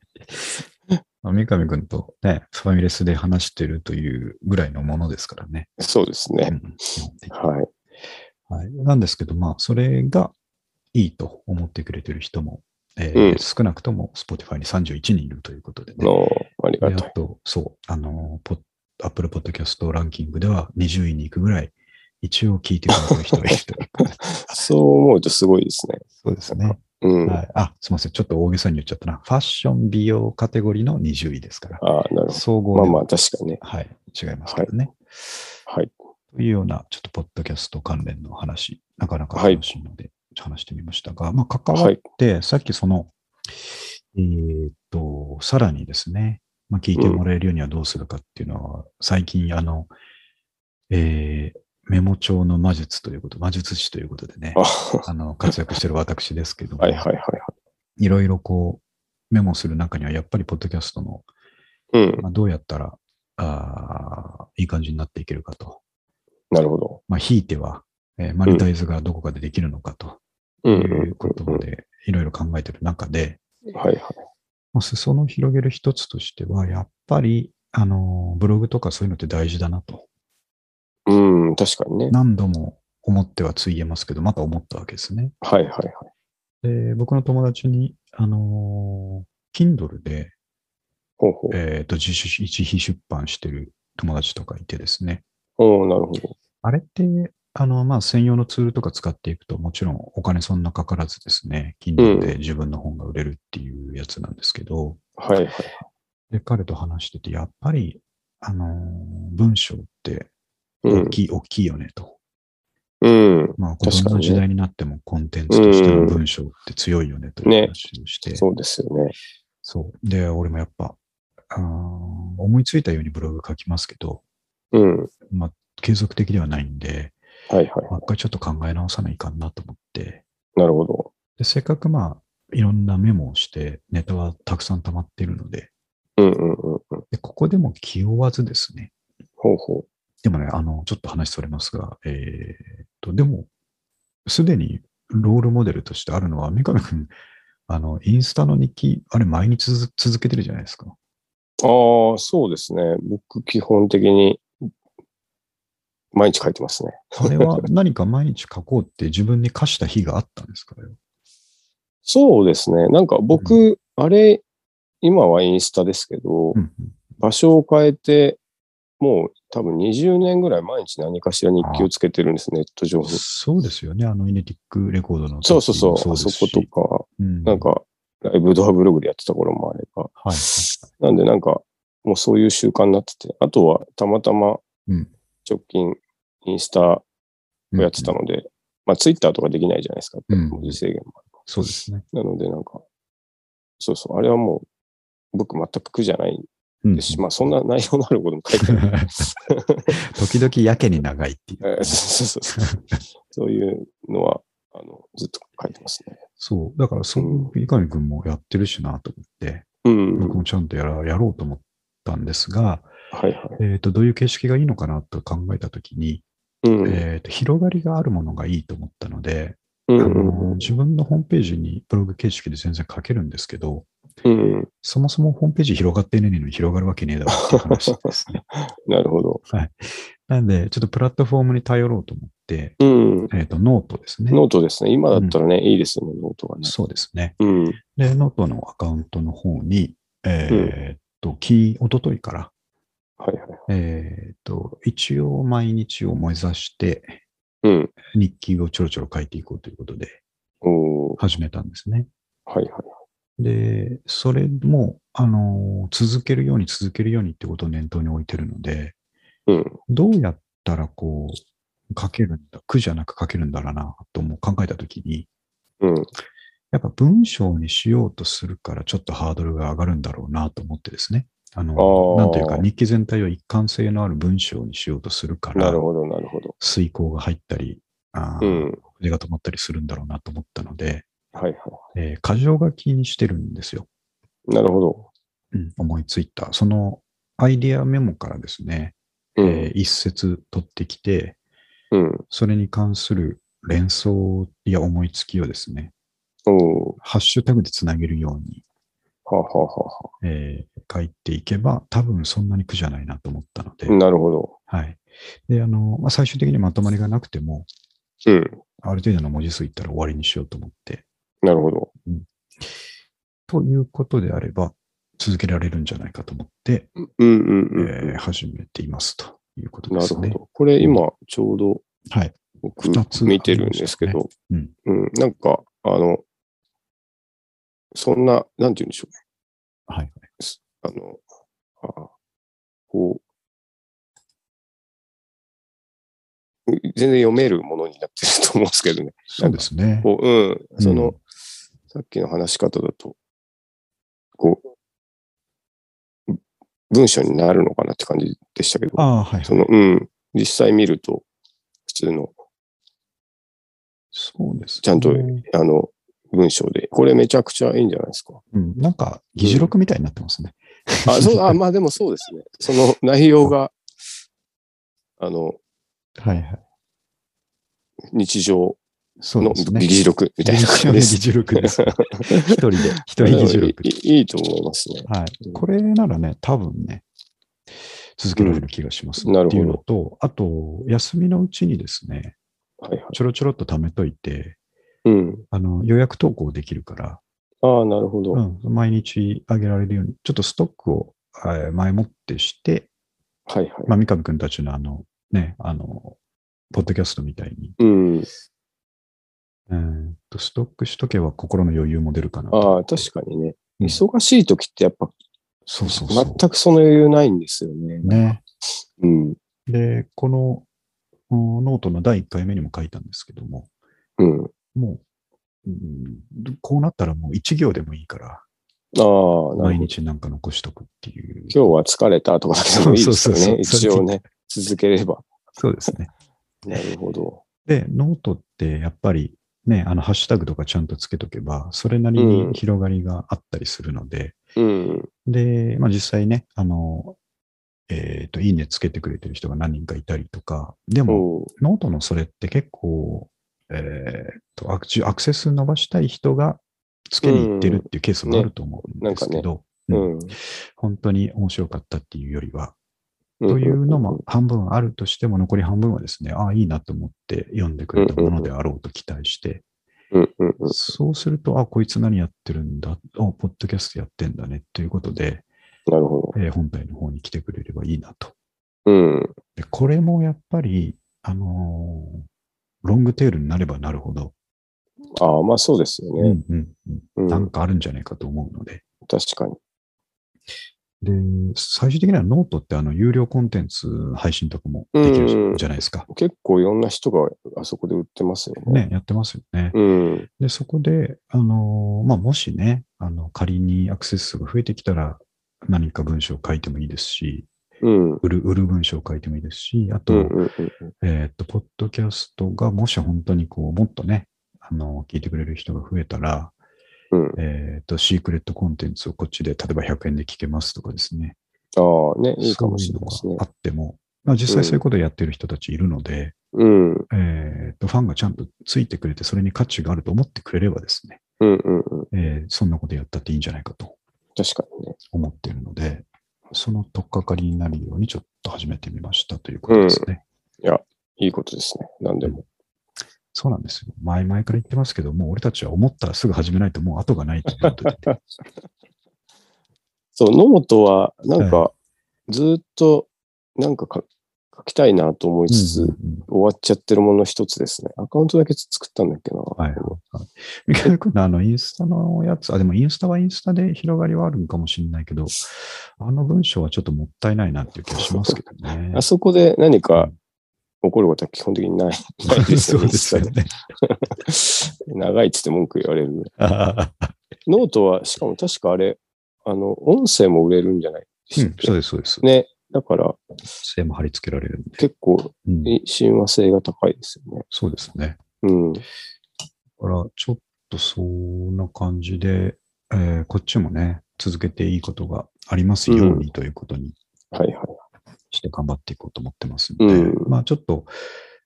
[SPEAKER 2] まあ三上くんとね、ファミレスで話してるというぐらいのものですからね。
[SPEAKER 1] そうです
[SPEAKER 2] う
[SPEAKER 1] ね。
[SPEAKER 2] ん基本的に
[SPEAKER 1] はい。
[SPEAKER 2] はい、なんですけど、まあ、それがいいと思ってくれてる人も、えー
[SPEAKER 1] うん
[SPEAKER 2] 少なくとも Spotify に31人いるということでね。
[SPEAKER 1] の、あり
[SPEAKER 2] で
[SPEAKER 1] が
[SPEAKER 2] あ
[SPEAKER 1] たい。
[SPEAKER 2] と、そう、あの、ポッ Apple Podcast ランキングでは20位に行くぐらい、一応聞いてくれてる人がいる ということで
[SPEAKER 1] そう思うとすごいですね。
[SPEAKER 2] そうですね、
[SPEAKER 1] うん。
[SPEAKER 2] はい。あ、すみません。ちょっと大げさに言っちゃったな。ファッション美容カテゴリーの20位ですから。
[SPEAKER 1] ああ、なるほ
[SPEAKER 2] 総合
[SPEAKER 1] ど。ま
[SPEAKER 2] で
[SPEAKER 1] あ
[SPEAKER 2] は
[SPEAKER 1] まあ、確かにね。
[SPEAKER 2] はい、違いますけどね。
[SPEAKER 1] はい。
[SPEAKER 2] というような、ちょっとポッドキャスト関連の話、なかなか楽しいので、話してみましたが、まあ、関わ
[SPEAKER 1] はい。
[SPEAKER 2] で、さっきその、えーっと、さらにですね、まあ、聞いてもらえるようにはどうするかっていうのは、最近、あの、えーメモ帳の魔術ということ、魔術師ということでね
[SPEAKER 1] あ、
[SPEAKER 2] あの、活躍してる私ですけども、
[SPEAKER 1] はいはいはいはい
[SPEAKER 2] ろいろこう、メモする中には、やっぱりポッドキャストの、
[SPEAKER 1] い。うん。
[SPEAKER 2] まあ、どうやったら、あーいい感じになっていけるかと、
[SPEAKER 1] なるほど。
[SPEAKER 2] まあ、ひいては、えーマネタイズがどこかでできるのかと
[SPEAKER 1] うん
[SPEAKER 2] い
[SPEAKER 1] うんうん
[SPEAKER 2] うことまで、いろいろ考えてる中で、
[SPEAKER 1] うん。はいはい。
[SPEAKER 2] まあ、裾野を広げる一つとしては、やっぱり、あの、ブログとかそういうのって大事だなと。
[SPEAKER 1] うん、確かにね。
[SPEAKER 2] 何度も思ってはついえますけど、また思ったわけですね。
[SPEAKER 1] はいはいはい。
[SPEAKER 2] で、僕の友達に、あの、Kindle で、
[SPEAKER 1] ほうほう。
[SPEAKER 2] えっ、と、自主、一非出版してる友達とかいてですね。
[SPEAKER 1] おーなるほど。
[SPEAKER 2] あれって、あの、まあ、専用のツールとか使っていくと、もちろんお金そんなかからずですね、Kindle で自分の本が売れるっていうやつなんですけど、
[SPEAKER 1] はいはい。
[SPEAKER 2] で、彼と話してて、やっぱり、あの、文章って、
[SPEAKER 1] う
[SPEAKER 2] 大
[SPEAKER 1] ん。
[SPEAKER 2] きい、大きいよねと。
[SPEAKER 1] うん。
[SPEAKER 2] まあ、こ
[SPEAKER 1] 確かにね
[SPEAKER 2] の時代になってもコンテンツとしての文章って強いよねという
[SPEAKER 1] ね
[SPEAKER 2] 話をして、
[SPEAKER 1] そうですよね。
[SPEAKER 2] そう。で、俺もやっぱ、あー思いついたようにブログ書きますけど、
[SPEAKER 1] うん。
[SPEAKER 2] まあ、継続的ではないんで、
[SPEAKER 1] はいは
[SPEAKER 2] もう一回ちょっと考え直さないかんなと思って、
[SPEAKER 1] い。なるほど。
[SPEAKER 2] でせっかくまあ、いろんなメモをして、ネタはたくさん溜まっているので、
[SPEAKER 1] うんうんうんうん。
[SPEAKER 2] でここでも気負わずですね。
[SPEAKER 1] ほうほ
[SPEAKER 2] でもね、あの、ちょっと話それますが、えーっと、でも、すでにロールモデルとしてあるのは、三上くん、あの、インスタの日記、あれ毎日続続けてるじゃないですか。
[SPEAKER 1] う。ああ、そうですね。僕、基本的に、毎日書いてますね。
[SPEAKER 2] あれ は何か毎日書こうって自分に課した日があったんですかよ。
[SPEAKER 1] そうですね。なんか僕、
[SPEAKER 2] う
[SPEAKER 1] あれ、今はインスタですけど、
[SPEAKER 2] うん
[SPEAKER 1] 場所を変えて、もう多分20年ぐらい毎日何かしら日記をつけてるんです、ネット上
[SPEAKER 2] うん
[SPEAKER 1] に。
[SPEAKER 2] そうですよね。あの、イネティックレコードの時も
[SPEAKER 1] そうそうそう、あ
[SPEAKER 2] です
[SPEAKER 1] そ
[SPEAKER 2] し
[SPEAKER 1] ことか、
[SPEAKER 2] うん
[SPEAKER 1] なんか、ライブドアブログでやってた頃もあれば。
[SPEAKER 2] はい。
[SPEAKER 1] なんでなんか、もうそういう習慣になってて、あとはたまたま
[SPEAKER 2] うん
[SPEAKER 1] 直近インスタをやってた
[SPEAKER 2] うん
[SPEAKER 1] ので、まあツイッターとかできないじゃないですか、
[SPEAKER 2] うん
[SPEAKER 1] 文字制限もあるか
[SPEAKER 2] そうですね。
[SPEAKER 1] ら。なのでなんか、そうそう、あれはもう僕全く苦じゃない
[SPEAKER 2] うん
[SPEAKER 1] ですし、まあそんな内容のあることも書いて ない。
[SPEAKER 2] 時々やけに長いってい
[SPEAKER 1] えー
[SPEAKER 2] う。
[SPEAKER 1] そうそうそうそう。そういうのは、あの、ずっと書いてますね。
[SPEAKER 2] そう。だから、そう、三上くんもやってるしなと思って、
[SPEAKER 1] うん。
[SPEAKER 2] 僕もちゃんとやらやろうと思ったんですが、
[SPEAKER 1] はいはい。
[SPEAKER 2] えっと、どういう形式がいいのかなと考えたときに、
[SPEAKER 1] うん。
[SPEAKER 2] えっと、広がりがあるものがいいと思ったので、
[SPEAKER 1] う
[SPEAKER 2] あ
[SPEAKER 1] ん
[SPEAKER 2] の自分のホームページにブログ形式で全然書けるんですけど、
[SPEAKER 1] うん。うん。
[SPEAKER 2] そもそもホームページ広がってねえのに広がるわけねえだろっていう話です ね。
[SPEAKER 1] なるほど。
[SPEAKER 2] なんで、ちょっとプラットフォームに頼ろうと思って、
[SPEAKER 1] うん。
[SPEAKER 2] えっ、と、ノートですね。
[SPEAKER 1] ノートですね。今だったらね、いいですよね、ノートがね。
[SPEAKER 2] そうですね。
[SPEAKER 1] うん。
[SPEAKER 2] で、ノートのアカウントの方に、えーっと、き、おとといから、
[SPEAKER 1] はいはい。
[SPEAKER 2] えーっと、一応毎日を目指して、
[SPEAKER 1] うん。
[SPEAKER 2] 日記をちょろちょろ書いていこうということで、
[SPEAKER 1] おー
[SPEAKER 2] 始めたんですね。
[SPEAKER 1] はいはい。
[SPEAKER 2] で、それも、あのー、続けるように続けるようにってことを念頭に置いてるので、
[SPEAKER 1] うん。
[SPEAKER 2] どうやったらこう、書けるんだ、苦じゃなく書けるんだろうな、とも考えたときに、
[SPEAKER 1] うん。
[SPEAKER 2] やっぱ文章にしようとするからちょっとハードルが上がるんだろうなと思ってですね。あの、
[SPEAKER 1] あー
[SPEAKER 2] なんというか日記全体を一貫性のある文章にしようとするか
[SPEAKER 1] な
[SPEAKER 2] ら
[SPEAKER 1] る、ほど、なるほど。
[SPEAKER 2] 遂行が入ったり、あ
[SPEAKER 1] う
[SPEAKER 2] ー
[SPEAKER 1] ん。
[SPEAKER 2] 筆が止まったりするんだろうなと思ったので、
[SPEAKER 1] はいはい。
[SPEAKER 2] えー箇条書きにしてるんですよ。
[SPEAKER 1] なるほど。
[SPEAKER 2] うん思いついた。そのアイディアメモからですね、
[SPEAKER 1] う
[SPEAKER 2] えー
[SPEAKER 1] ん。
[SPEAKER 2] 一節取ってきて、
[SPEAKER 1] うん。
[SPEAKER 2] それに関する連想や思いつきをですね、
[SPEAKER 1] おー
[SPEAKER 2] ハッシュタグでつなげるように
[SPEAKER 1] はあはあはあは
[SPEAKER 2] えー書いていけば、多分そんなに苦じゃないなと思ったので、
[SPEAKER 1] あ。なるほど。
[SPEAKER 2] はい。で、あの、まあ、最終的にまとまりがなくても、
[SPEAKER 1] うん。
[SPEAKER 2] ある程度の文字数いったら終わりにしようと思って、
[SPEAKER 1] なるほど。
[SPEAKER 2] ということであれば、続けられるんじゃないかと思って、
[SPEAKER 1] うんうんうん。
[SPEAKER 2] えー始めていますということで
[SPEAKER 1] な
[SPEAKER 2] す
[SPEAKER 1] るほ
[SPEAKER 2] ね。
[SPEAKER 1] ど。これ今、ちょうど
[SPEAKER 2] はい。
[SPEAKER 1] 僕
[SPEAKER 2] 二つ
[SPEAKER 1] 見てるんですけど、
[SPEAKER 2] ありまし
[SPEAKER 1] うん、なんか、あの、そんな、なんて言うんでしょ
[SPEAKER 2] はい。
[SPEAKER 1] うね。あの、あこう、う全然読めるものになってると思うんですけどね。
[SPEAKER 2] そうですね。
[SPEAKER 1] こう、うん、
[SPEAKER 2] ん
[SPEAKER 1] その、さっきの話し方だと、こう、文章になるのかなって感じでしたけど、
[SPEAKER 2] ああ、はい。
[SPEAKER 1] その、うん、実際見ると、普通の、
[SPEAKER 2] そうです、ね。
[SPEAKER 1] ちゃんと
[SPEAKER 2] う
[SPEAKER 1] あの、文章で、これめちゃくちゃいいんじゃないですか。
[SPEAKER 2] ん、なんか、議事録みたいになってますね。
[SPEAKER 1] あ、そう、あ、まあでもそうですね。その内容が、あの、
[SPEAKER 2] はいはい。
[SPEAKER 1] 日常
[SPEAKER 2] そう
[SPEAKER 1] の
[SPEAKER 2] ですね。
[SPEAKER 1] 議事録みたいな
[SPEAKER 2] 日常
[SPEAKER 1] 感
[SPEAKER 2] の
[SPEAKER 1] じで
[SPEAKER 2] 議
[SPEAKER 1] す。
[SPEAKER 2] 事録です。一人で、一人議事録
[SPEAKER 1] い。 いいいと思いますね。
[SPEAKER 2] はい。
[SPEAKER 1] うん
[SPEAKER 2] これならね、多分ね、続けられる気がします、
[SPEAKER 1] うんなる
[SPEAKER 2] っ
[SPEAKER 1] ほ
[SPEAKER 2] て
[SPEAKER 1] ど
[SPEAKER 2] いうのと、あと、休みのうちにですね、
[SPEAKER 1] はいはい。
[SPEAKER 2] ちょろちょろっと貯めといて、
[SPEAKER 1] うん。
[SPEAKER 2] あの予約投稿できるから、
[SPEAKER 1] ああ、なるほど。
[SPEAKER 2] うん、毎日あげられるように、ちょっとストックをえー前もってして、
[SPEAKER 1] はいはい。
[SPEAKER 2] まあ、三上くんたちのあの、ね、あの、ポッドキャストみたいに、
[SPEAKER 1] うん。
[SPEAKER 2] うんとストックしとけば心の余裕も出るかなと。
[SPEAKER 1] ああ、確かにね。
[SPEAKER 2] うん
[SPEAKER 1] 忙しい時ってやっぱ
[SPEAKER 2] そうそうそう。
[SPEAKER 1] 全くその余裕ないんですよね。
[SPEAKER 2] ね。
[SPEAKER 1] うん。
[SPEAKER 2] で、このうんノートの第1回目にも書いたんですけども、
[SPEAKER 1] うん。
[SPEAKER 2] もう、うん、こうなったらもう一行でもいいから、
[SPEAKER 1] ああ、な
[SPEAKER 2] 毎
[SPEAKER 1] るほど。
[SPEAKER 2] 日なんか残しとくっていう。
[SPEAKER 1] 今日は疲れたとかだけでもいいですよ
[SPEAKER 2] そう
[SPEAKER 1] ね。
[SPEAKER 2] そうそう
[SPEAKER 1] 一応ね、続ければ。
[SPEAKER 2] そうですね。
[SPEAKER 1] なるほど。
[SPEAKER 2] で、ノートってやっぱり、ね、あの、ハッシュタグとかちゃんとつけとけば、それなりに広がりがあったりするので、
[SPEAKER 1] うん。
[SPEAKER 2] で、まあ、実際ね、あの、えっ、と、いいねつけてくれてる人が何人かいたりとか、でも、
[SPEAKER 1] おう
[SPEAKER 2] ノートのそれって結構、えっとアクチアクセス伸ばしたい人がつけに行ってるっていうケースもあると思うん
[SPEAKER 1] ね
[SPEAKER 2] ですけど、
[SPEAKER 1] う
[SPEAKER 2] うん
[SPEAKER 1] ん。
[SPEAKER 2] 本当に面白かったっていうよりは、
[SPEAKER 1] うん
[SPEAKER 2] というのも。半分あるとしても、残り半分はですね、ああ、いいなと思って読んでくれたものであろうと期待して、
[SPEAKER 1] うんうんうん。
[SPEAKER 2] そうすると、あ、こいつ何やってるんだ、あ、ポッドキャストやってんだね、ということで、
[SPEAKER 1] なるほ
[SPEAKER 2] えー本体の方に来てくれればいいなと。
[SPEAKER 1] ど。うん。
[SPEAKER 2] で、これもやっぱり、あのーロングテールになればなるほど、
[SPEAKER 1] ああ、まあそうですよ
[SPEAKER 2] うん
[SPEAKER 1] ね。
[SPEAKER 2] うんうん
[SPEAKER 1] うん。
[SPEAKER 2] なんかあるんじゃないかと思うので。
[SPEAKER 1] 確かに。
[SPEAKER 2] で、最終的にはノートってあの、有料コンテンツ配信とかもできるじゃないですか。
[SPEAKER 1] 結構いろんな人があそこで売ってますよね。
[SPEAKER 2] ね、やってますよね。
[SPEAKER 1] うん。
[SPEAKER 2] で、そこで、あのーまあ、もしね、あの、仮にアクセス数が増えてきたら、何か文章を書いてもいいですし、
[SPEAKER 1] うん。
[SPEAKER 2] 売る、売る文章を書いてもいいですし、あと、
[SPEAKER 1] うんうんうん
[SPEAKER 2] えーっと、ポッドキャストがもし本当にこう、もっとね、あの、聞いてくれる人が増えたら、
[SPEAKER 1] うん。
[SPEAKER 2] えーっと、シークレットコンテンツをこっちで、例えば100円で聞けますとかですね。
[SPEAKER 1] ああ、ね、いいかもしれないです
[SPEAKER 2] そういう
[SPEAKER 1] ね
[SPEAKER 2] のが。あっても、まあ、実際そういうことをやってる人たちいるので、
[SPEAKER 1] うん。
[SPEAKER 2] えーっと、ファンがちゃんとついてくれて、それに価値があると思ってくれればですね、
[SPEAKER 1] うんうんうん。
[SPEAKER 2] えーそんなことやったっていいんじゃないかと
[SPEAKER 1] 確かにね。
[SPEAKER 2] 思っているので、その取っかかりになるようにちょっと始めてみましたということですね。
[SPEAKER 1] いいことですね。何でも。
[SPEAKER 2] そうなんですよ。前々から言ってますけど、もう俺たちは思ったらすぐ始めないともう後がないと思って て
[SPEAKER 1] そう、ノートは、なんか、ずーっと、なんかか書きたいなと思いつつ、
[SPEAKER 2] うんうんうん
[SPEAKER 1] 終わっちゃってるもの一つですね。アカウントだけ作ったんだっけな。。
[SPEAKER 2] はいはいはい。三上君のあのインスタのやつ、あ、でもインスタはインスタで広がりはあるんかもしれないけど、あの文章はちょっともったいないなっていう気がしますけどね
[SPEAKER 1] あそこで何か起こることは基本的にない。 ないです
[SPEAKER 2] そ
[SPEAKER 1] よ
[SPEAKER 2] う
[SPEAKER 1] ね
[SPEAKER 2] ですよ ね。
[SPEAKER 1] 長いっつって文句言われるぐらい。
[SPEAKER 2] ああ
[SPEAKER 1] ノートは、しかも確かあれ、あの、音声も売れるんじゃない、
[SPEAKER 2] うんそうです、そうです。
[SPEAKER 1] ね。だから、
[SPEAKER 2] 姿勢も貼り付けられるんで。
[SPEAKER 1] 結構、
[SPEAKER 2] うん
[SPEAKER 1] 親和性が高いですよね。
[SPEAKER 2] そうですね。
[SPEAKER 1] うん。
[SPEAKER 2] だから、ちょっとそんな感じで、えーこっちもね、続けていいことがありますようにということに
[SPEAKER 1] はいはい。
[SPEAKER 2] して頑張っていこうと思ってますので、
[SPEAKER 1] うん
[SPEAKER 2] まあちょっと、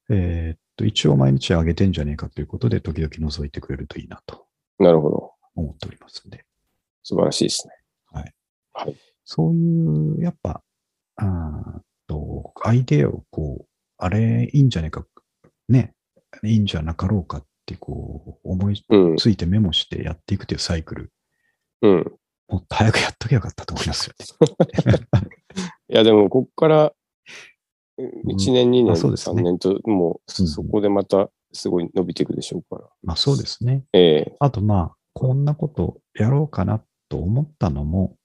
[SPEAKER 2] えーっと、一応毎日上げてんじゃねえかということで、時々覗いてくれるといいなと
[SPEAKER 1] なるほど。
[SPEAKER 2] 思っておりますんで、
[SPEAKER 1] 素晴らしいですね。
[SPEAKER 2] そういう、やっぱ、あーっと、アイデアをこう、あれいいんじゃねえか、ね、いいんじゃなかろうかって、こう、思い
[SPEAKER 1] うん。
[SPEAKER 2] ついてメモしてやっていくというサイクル、
[SPEAKER 1] うん。
[SPEAKER 2] もっと早くやっときゃよかったと思いますよね。
[SPEAKER 1] いや、でも、ここから、
[SPEAKER 2] ん
[SPEAKER 1] 1年、2年、
[SPEAKER 2] あそうです
[SPEAKER 1] 3
[SPEAKER 2] ね
[SPEAKER 1] 年と、もう、
[SPEAKER 2] うん
[SPEAKER 1] そこでまた、すごい伸びていくでしょうから。
[SPEAKER 2] まあそうですね。
[SPEAKER 1] え
[SPEAKER 2] あとまあ、こんなことやろうかなと思ったのも、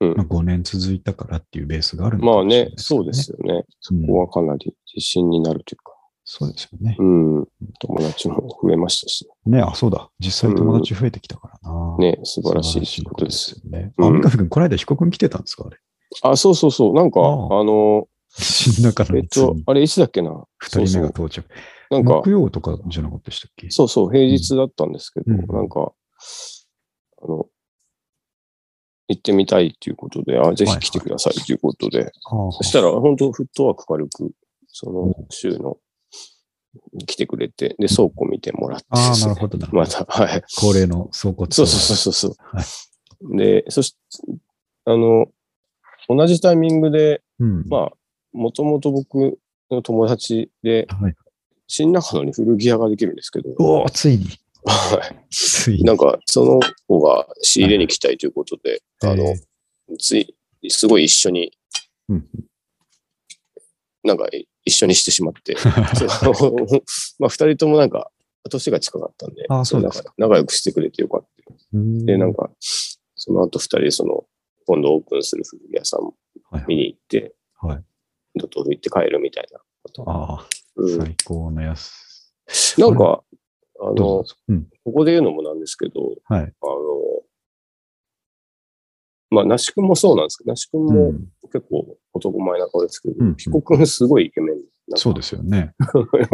[SPEAKER 1] うん
[SPEAKER 2] まあ、5年続いたからっていうベースがある
[SPEAKER 1] え
[SPEAKER 2] の
[SPEAKER 1] ま
[SPEAKER 2] か
[SPEAKER 1] あ
[SPEAKER 2] もしれ
[SPEAKER 1] ね
[SPEAKER 2] ない、
[SPEAKER 1] そうです
[SPEAKER 2] よ
[SPEAKER 1] よね。
[SPEAKER 2] ね。
[SPEAKER 1] こ
[SPEAKER 2] う
[SPEAKER 1] こ
[SPEAKER 2] ん
[SPEAKER 1] はかなり自信になるというか。
[SPEAKER 2] そうですよね。
[SPEAKER 1] うん。友達も増えましたし、
[SPEAKER 2] ね、あ、そうだ。実際友達増えてきたからな。、
[SPEAKER 1] ね、素晴らしいことです。
[SPEAKER 2] よね。
[SPEAKER 1] うん
[SPEAKER 2] あ、三上君、この間、彦君来てたんですかあれ。
[SPEAKER 1] あ、そうそうそう。なんか、あ
[SPEAKER 2] あ
[SPEAKER 1] の、
[SPEAKER 2] 新中
[SPEAKER 1] え
[SPEAKER 2] 野
[SPEAKER 1] っ
[SPEAKER 2] に次
[SPEAKER 1] と
[SPEAKER 2] に、
[SPEAKER 1] あれ、いつだっけな。そ
[SPEAKER 2] 2人
[SPEAKER 1] うそ
[SPEAKER 2] 目が
[SPEAKER 1] う。
[SPEAKER 2] 到着。
[SPEAKER 1] なんか、
[SPEAKER 2] 木曜とかじゃなかったでしたっけ
[SPEAKER 1] そうそう、平日だったんですけど、
[SPEAKER 2] うん
[SPEAKER 1] なんか、あの、行ってみたいということで、あ、ぜひ来てくださいということで、
[SPEAKER 2] ああ
[SPEAKER 1] そしたら、本当フットワーク軽く、その週の、来てくれて、で、倉庫見てもらって、
[SPEAKER 2] ああ、なるほどなるほど。
[SPEAKER 1] また、はい。
[SPEAKER 2] 恒例の倉庫ツア
[SPEAKER 1] そう
[SPEAKER 2] ー
[SPEAKER 1] そうそうそうそう。で、そし、あの、同じタイミングで、
[SPEAKER 2] うん。
[SPEAKER 1] まあ、もともと僕の友達で、
[SPEAKER 2] はい、
[SPEAKER 1] 新中野に古着屋ができるんですけど、
[SPEAKER 2] おお、ついに。
[SPEAKER 1] はい
[SPEAKER 2] ついに。
[SPEAKER 1] なんか、その子が仕入れに来たいということで、あの、つい、すごい一緒に、
[SPEAKER 2] うん
[SPEAKER 1] なんか一緒にしてし まって、
[SPEAKER 2] ー
[SPEAKER 1] その まあ、二人ともなんか、年が近かったんで、
[SPEAKER 2] あそうです
[SPEAKER 1] なんか仲良くしてくれてよかった。
[SPEAKER 2] うん
[SPEAKER 1] で、なんか、その後二人でその、今度オープンする古着屋さん
[SPEAKER 2] はいは
[SPEAKER 1] 見
[SPEAKER 2] い、
[SPEAKER 1] に行って、
[SPEAKER 2] はい
[SPEAKER 1] ドトール行って帰るみたいなこと。
[SPEAKER 2] ああ、
[SPEAKER 1] うん
[SPEAKER 2] 最高のやつ。
[SPEAKER 1] なんか、あの、
[SPEAKER 2] どう
[SPEAKER 1] こ
[SPEAKER 2] ぞ。うん。
[SPEAKER 1] こで言うのもなんですけど、
[SPEAKER 2] はい。
[SPEAKER 1] あの、まあ、那須君もそうなんですけど、那須君
[SPEAKER 2] う
[SPEAKER 1] も
[SPEAKER 2] ん
[SPEAKER 1] 結構男前な顔ですけど、
[SPEAKER 2] うん
[SPEAKER 1] 彦君すごいイケメン
[SPEAKER 2] そうですよ ね。あ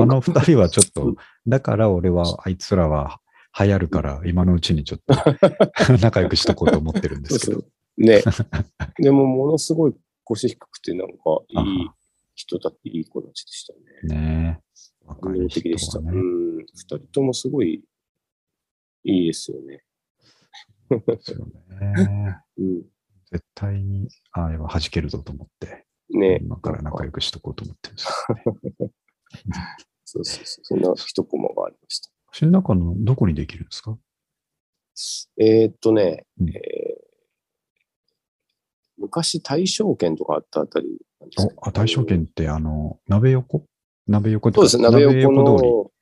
[SPEAKER 2] の二人はちょっと、だから俺は、あいつらは流行るから、今のうちにちょっ と仲良くしとこうと思ってるんで
[SPEAKER 1] そう
[SPEAKER 2] すけ
[SPEAKER 1] そ
[SPEAKER 2] ど。
[SPEAKER 1] う。ね。 でも、ものすごい腰低くて、なんか、いい人だっていい子たちでしたね。
[SPEAKER 2] ねえ。若
[SPEAKER 1] 感
[SPEAKER 2] い
[SPEAKER 1] 動的でした。
[SPEAKER 2] 人は
[SPEAKER 1] う
[SPEAKER 2] ね。
[SPEAKER 1] ん。二人ともすごい、いいですよね。
[SPEAKER 2] ですよね。
[SPEAKER 1] うん。
[SPEAKER 2] 絶対に、あれは弾けるぞと思って、
[SPEAKER 1] ね。
[SPEAKER 2] 今から仲良くしとこうと思ってるんです
[SPEAKER 1] そうそうそう。そんな一コマがありました。
[SPEAKER 2] けど。の中のどこにできるんですか
[SPEAKER 1] えーっとね、
[SPEAKER 2] うん
[SPEAKER 1] えー昔大正圏とかあったあたりなんですけど
[SPEAKER 2] おあ大正圏って、あの、鍋横鍋横って
[SPEAKER 1] そうです、鍋横
[SPEAKER 2] 鍋通り。
[SPEAKER 1] の、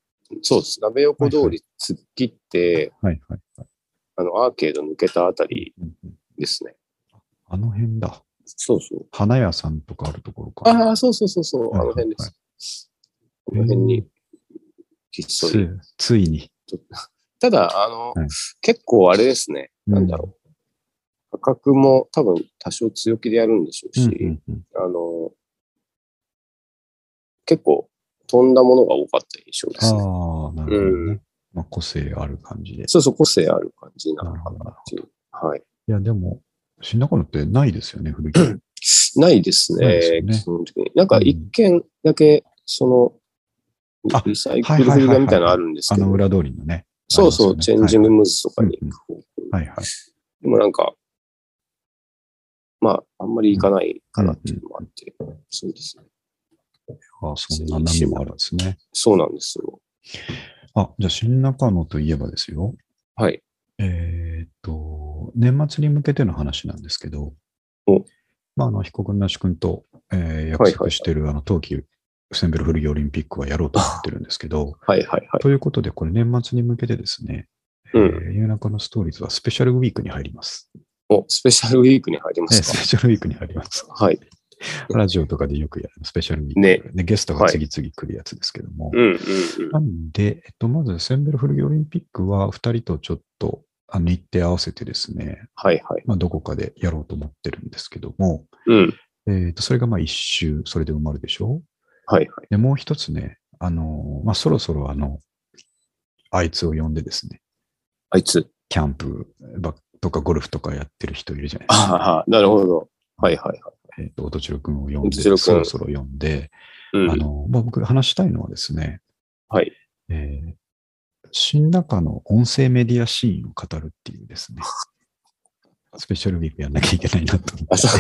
[SPEAKER 1] そうです、鍋横通
[SPEAKER 2] はいは
[SPEAKER 1] り突っ切って、
[SPEAKER 2] はいはいはい。
[SPEAKER 1] あの、アーケード抜けたあたり
[SPEAKER 2] うんうん
[SPEAKER 1] ですね。
[SPEAKER 2] あの辺だ。
[SPEAKER 1] そうそう。
[SPEAKER 2] 花屋さんとかあるところかな。
[SPEAKER 1] ああ、そうそうそうそう、あの辺です。この辺に、ひっそり。
[SPEAKER 2] つついに。
[SPEAKER 1] ただ、あの、
[SPEAKER 2] はい
[SPEAKER 1] 結構あれですね、
[SPEAKER 2] う
[SPEAKER 1] なんだろう。価格も多分多少強気でやるんでしょう
[SPEAKER 2] う
[SPEAKER 1] し、
[SPEAKER 2] んうんうん
[SPEAKER 1] あの、結構飛んだものが多かった印象ですね。
[SPEAKER 2] ああ、なるほど
[SPEAKER 1] う
[SPEAKER 2] ね。まあ、個性ある感じで。
[SPEAKER 1] そうそう、個性ある感じなのかなっていう。はい。
[SPEAKER 2] いや、でも、新中野ってないですよね、古着。
[SPEAKER 1] ないです
[SPEAKER 2] ないですよ
[SPEAKER 1] ね、
[SPEAKER 2] ね
[SPEAKER 1] 基本的に。なんか一件だけ、その、
[SPEAKER 2] あ
[SPEAKER 1] リサイクルフリーみたいなのあるんです
[SPEAKER 2] あ
[SPEAKER 1] け
[SPEAKER 2] の
[SPEAKER 1] ど、
[SPEAKER 2] 裏通りのね。
[SPEAKER 1] そう
[SPEAKER 2] あ
[SPEAKER 1] そ
[SPEAKER 2] り
[SPEAKER 1] う、
[SPEAKER 2] ます
[SPEAKER 1] チ
[SPEAKER 2] よ
[SPEAKER 1] ェ
[SPEAKER 2] ね
[SPEAKER 1] ンジムムーズとかに行く方向に。
[SPEAKER 2] はいはい。
[SPEAKER 1] でもなんか、まあ、あんまり行かないかなっていうのもあって、そうですね。
[SPEAKER 2] ああ、そんな波もあるんですね。
[SPEAKER 1] そうなんですよ。
[SPEAKER 2] あ、じゃあ、新中野といえばですよ。
[SPEAKER 1] はい。
[SPEAKER 2] えーっと、年末に向けての話なんですけど
[SPEAKER 1] お、
[SPEAKER 2] まあ、あの、被告の那く君と、えー
[SPEAKER 1] はい
[SPEAKER 2] 約束してる、あの、冬季センベル古着オリンピックはやろうと思ってるんですけど、
[SPEAKER 1] はいはいはい。
[SPEAKER 2] ということで、これ年末に向けてですね、
[SPEAKER 1] うん
[SPEAKER 2] えー、夜中のストーリーズはスペシャルウィークに入ります。
[SPEAKER 1] お、スペシャルウィークに入りま
[SPEAKER 2] えー
[SPEAKER 1] す
[SPEAKER 2] スペ
[SPEAKER 1] か。
[SPEAKER 2] シャルウィークに入ります。
[SPEAKER 1] はい。
[SPEAKER 2] ラジオとかでよくやるスペシャルウィーク。
[SPEAKER 1] ね
[SPEAKER 2] でゲストが次々来るやつですけども。
[SPEAKER 1] うんうんうん。
[SPEAKER 2] なんで、えっと、まずセンベル古着オリンピックは2人とちょっとあの日程合わせてですね、
[SPEAKER 1] はいはい。
[SPEAKER 2] まあ、どこかでやろうと思ってるんですけども、
[SPEAKER 1] うん。
[SPEAKER 2] えーとそれがまあ1周、それで埋まるでしょ
[SPEAKER 1] はいはい。
[SPEAKER 2] で、もう一つね、あのーまあ、そろそろあの、あいつを呼んでですね、
[SPEAKER 1] あいつ。
[SPEAKER 2] キャンプばとかゴルフとかやってる人いるじゃないですか。
[SPEAKER 1] ああ、なるほど。はいはいはい。
[SPEAKER 2] えっと、音千代くんを呼ん
[SPEAKER 1] 音
[SPEAKER 2] で、
[SPEAKER 1] 千代君
[SPEAKER 2] そろそろ呼んで、
[SPEAKER 1] うん。
[SPEAKER 2] あの、まあ、僕話したいのはですね、
[SPEAKER 1] はい。
[SPEAKER 2] えー新中の音声メディアシーンを語るっていうです ね、スペシャルウィークやんなきゃいけないなと思
[SPEAKER 1] あ
[SPEAKER 2] って
[SPEAKER 1] そ。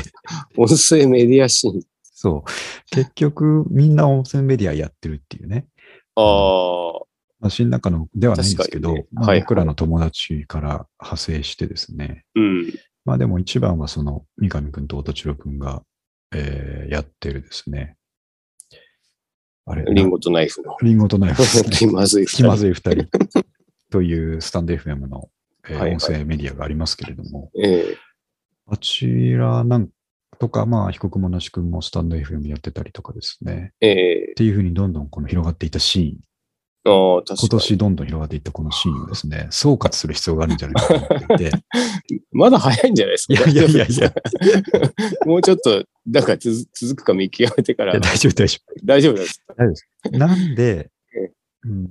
[SPEAKER 1] 音声メディアシーン。
[SPEAKER 2] そう。結局、みんな音声メディアやってるっていうね。
[SPEAKER 1] ああ、
[SPEAKER 2] まあ、新中のではないんですけど、
[SPEAKER 1] 確かにね
[SPEAKER 2] まあ
[SPEAKER 1] はいはい
[SPEAKER 2] 僕らの友達から派生してですね、
[SPEAKER 1] うん。
[SPEAKER 2] まあでも一番はその三上くんと音千代くんが、えーやってるですね。あれ、
[SPEAKER 1] リンゴとナイ フの。
[SPEAKER 2] リンゴとナイフですね。
[SPEAKER 1] 気まずい。
[SPEAKER 2] 気まずい二人というスタンド FM の、えー
[SPEAKER 1] はいはい
[SPEAKER 2] 音声メディアがありますけれども、
[SPEAKER 1] い。ええ
[SPEAKER 2] あちらなんとか、まあ、被告もなし君もスタンド FM やってたりとかですね。
[SPEAKER 1] え
[SPEAKER 2] っ
[SPEAKER 1] え
[SPEAKER 2] ていうふうにどんどんこの広がっていたシーン、
[SPEAKER 1] ああ、確かに。
[SPEAKER 2] 今年どんどん広がっていったこのシーンをですね、総括する必要があるんじゃないかと思 っていて、
[SPEAKER 1] まだ早いんじゃないです
[SPEAKER 2] いや
[SPEAKER 1] か。
[SPEAKER 2] いや いやいや、い。
[SPEAKER 1] もうちょっと、なんか続続くか見極めてか
[SPEAKER 2] や
[SPEAKER 1] ら。
[SPEAKER 2] 大丈夫大丈
[SPEAKER 1] 大丈夫なんですか。
[SPEAKER 2] 夫。なんで
[SPEAKER 1] え、
[SPEAKER 2] うん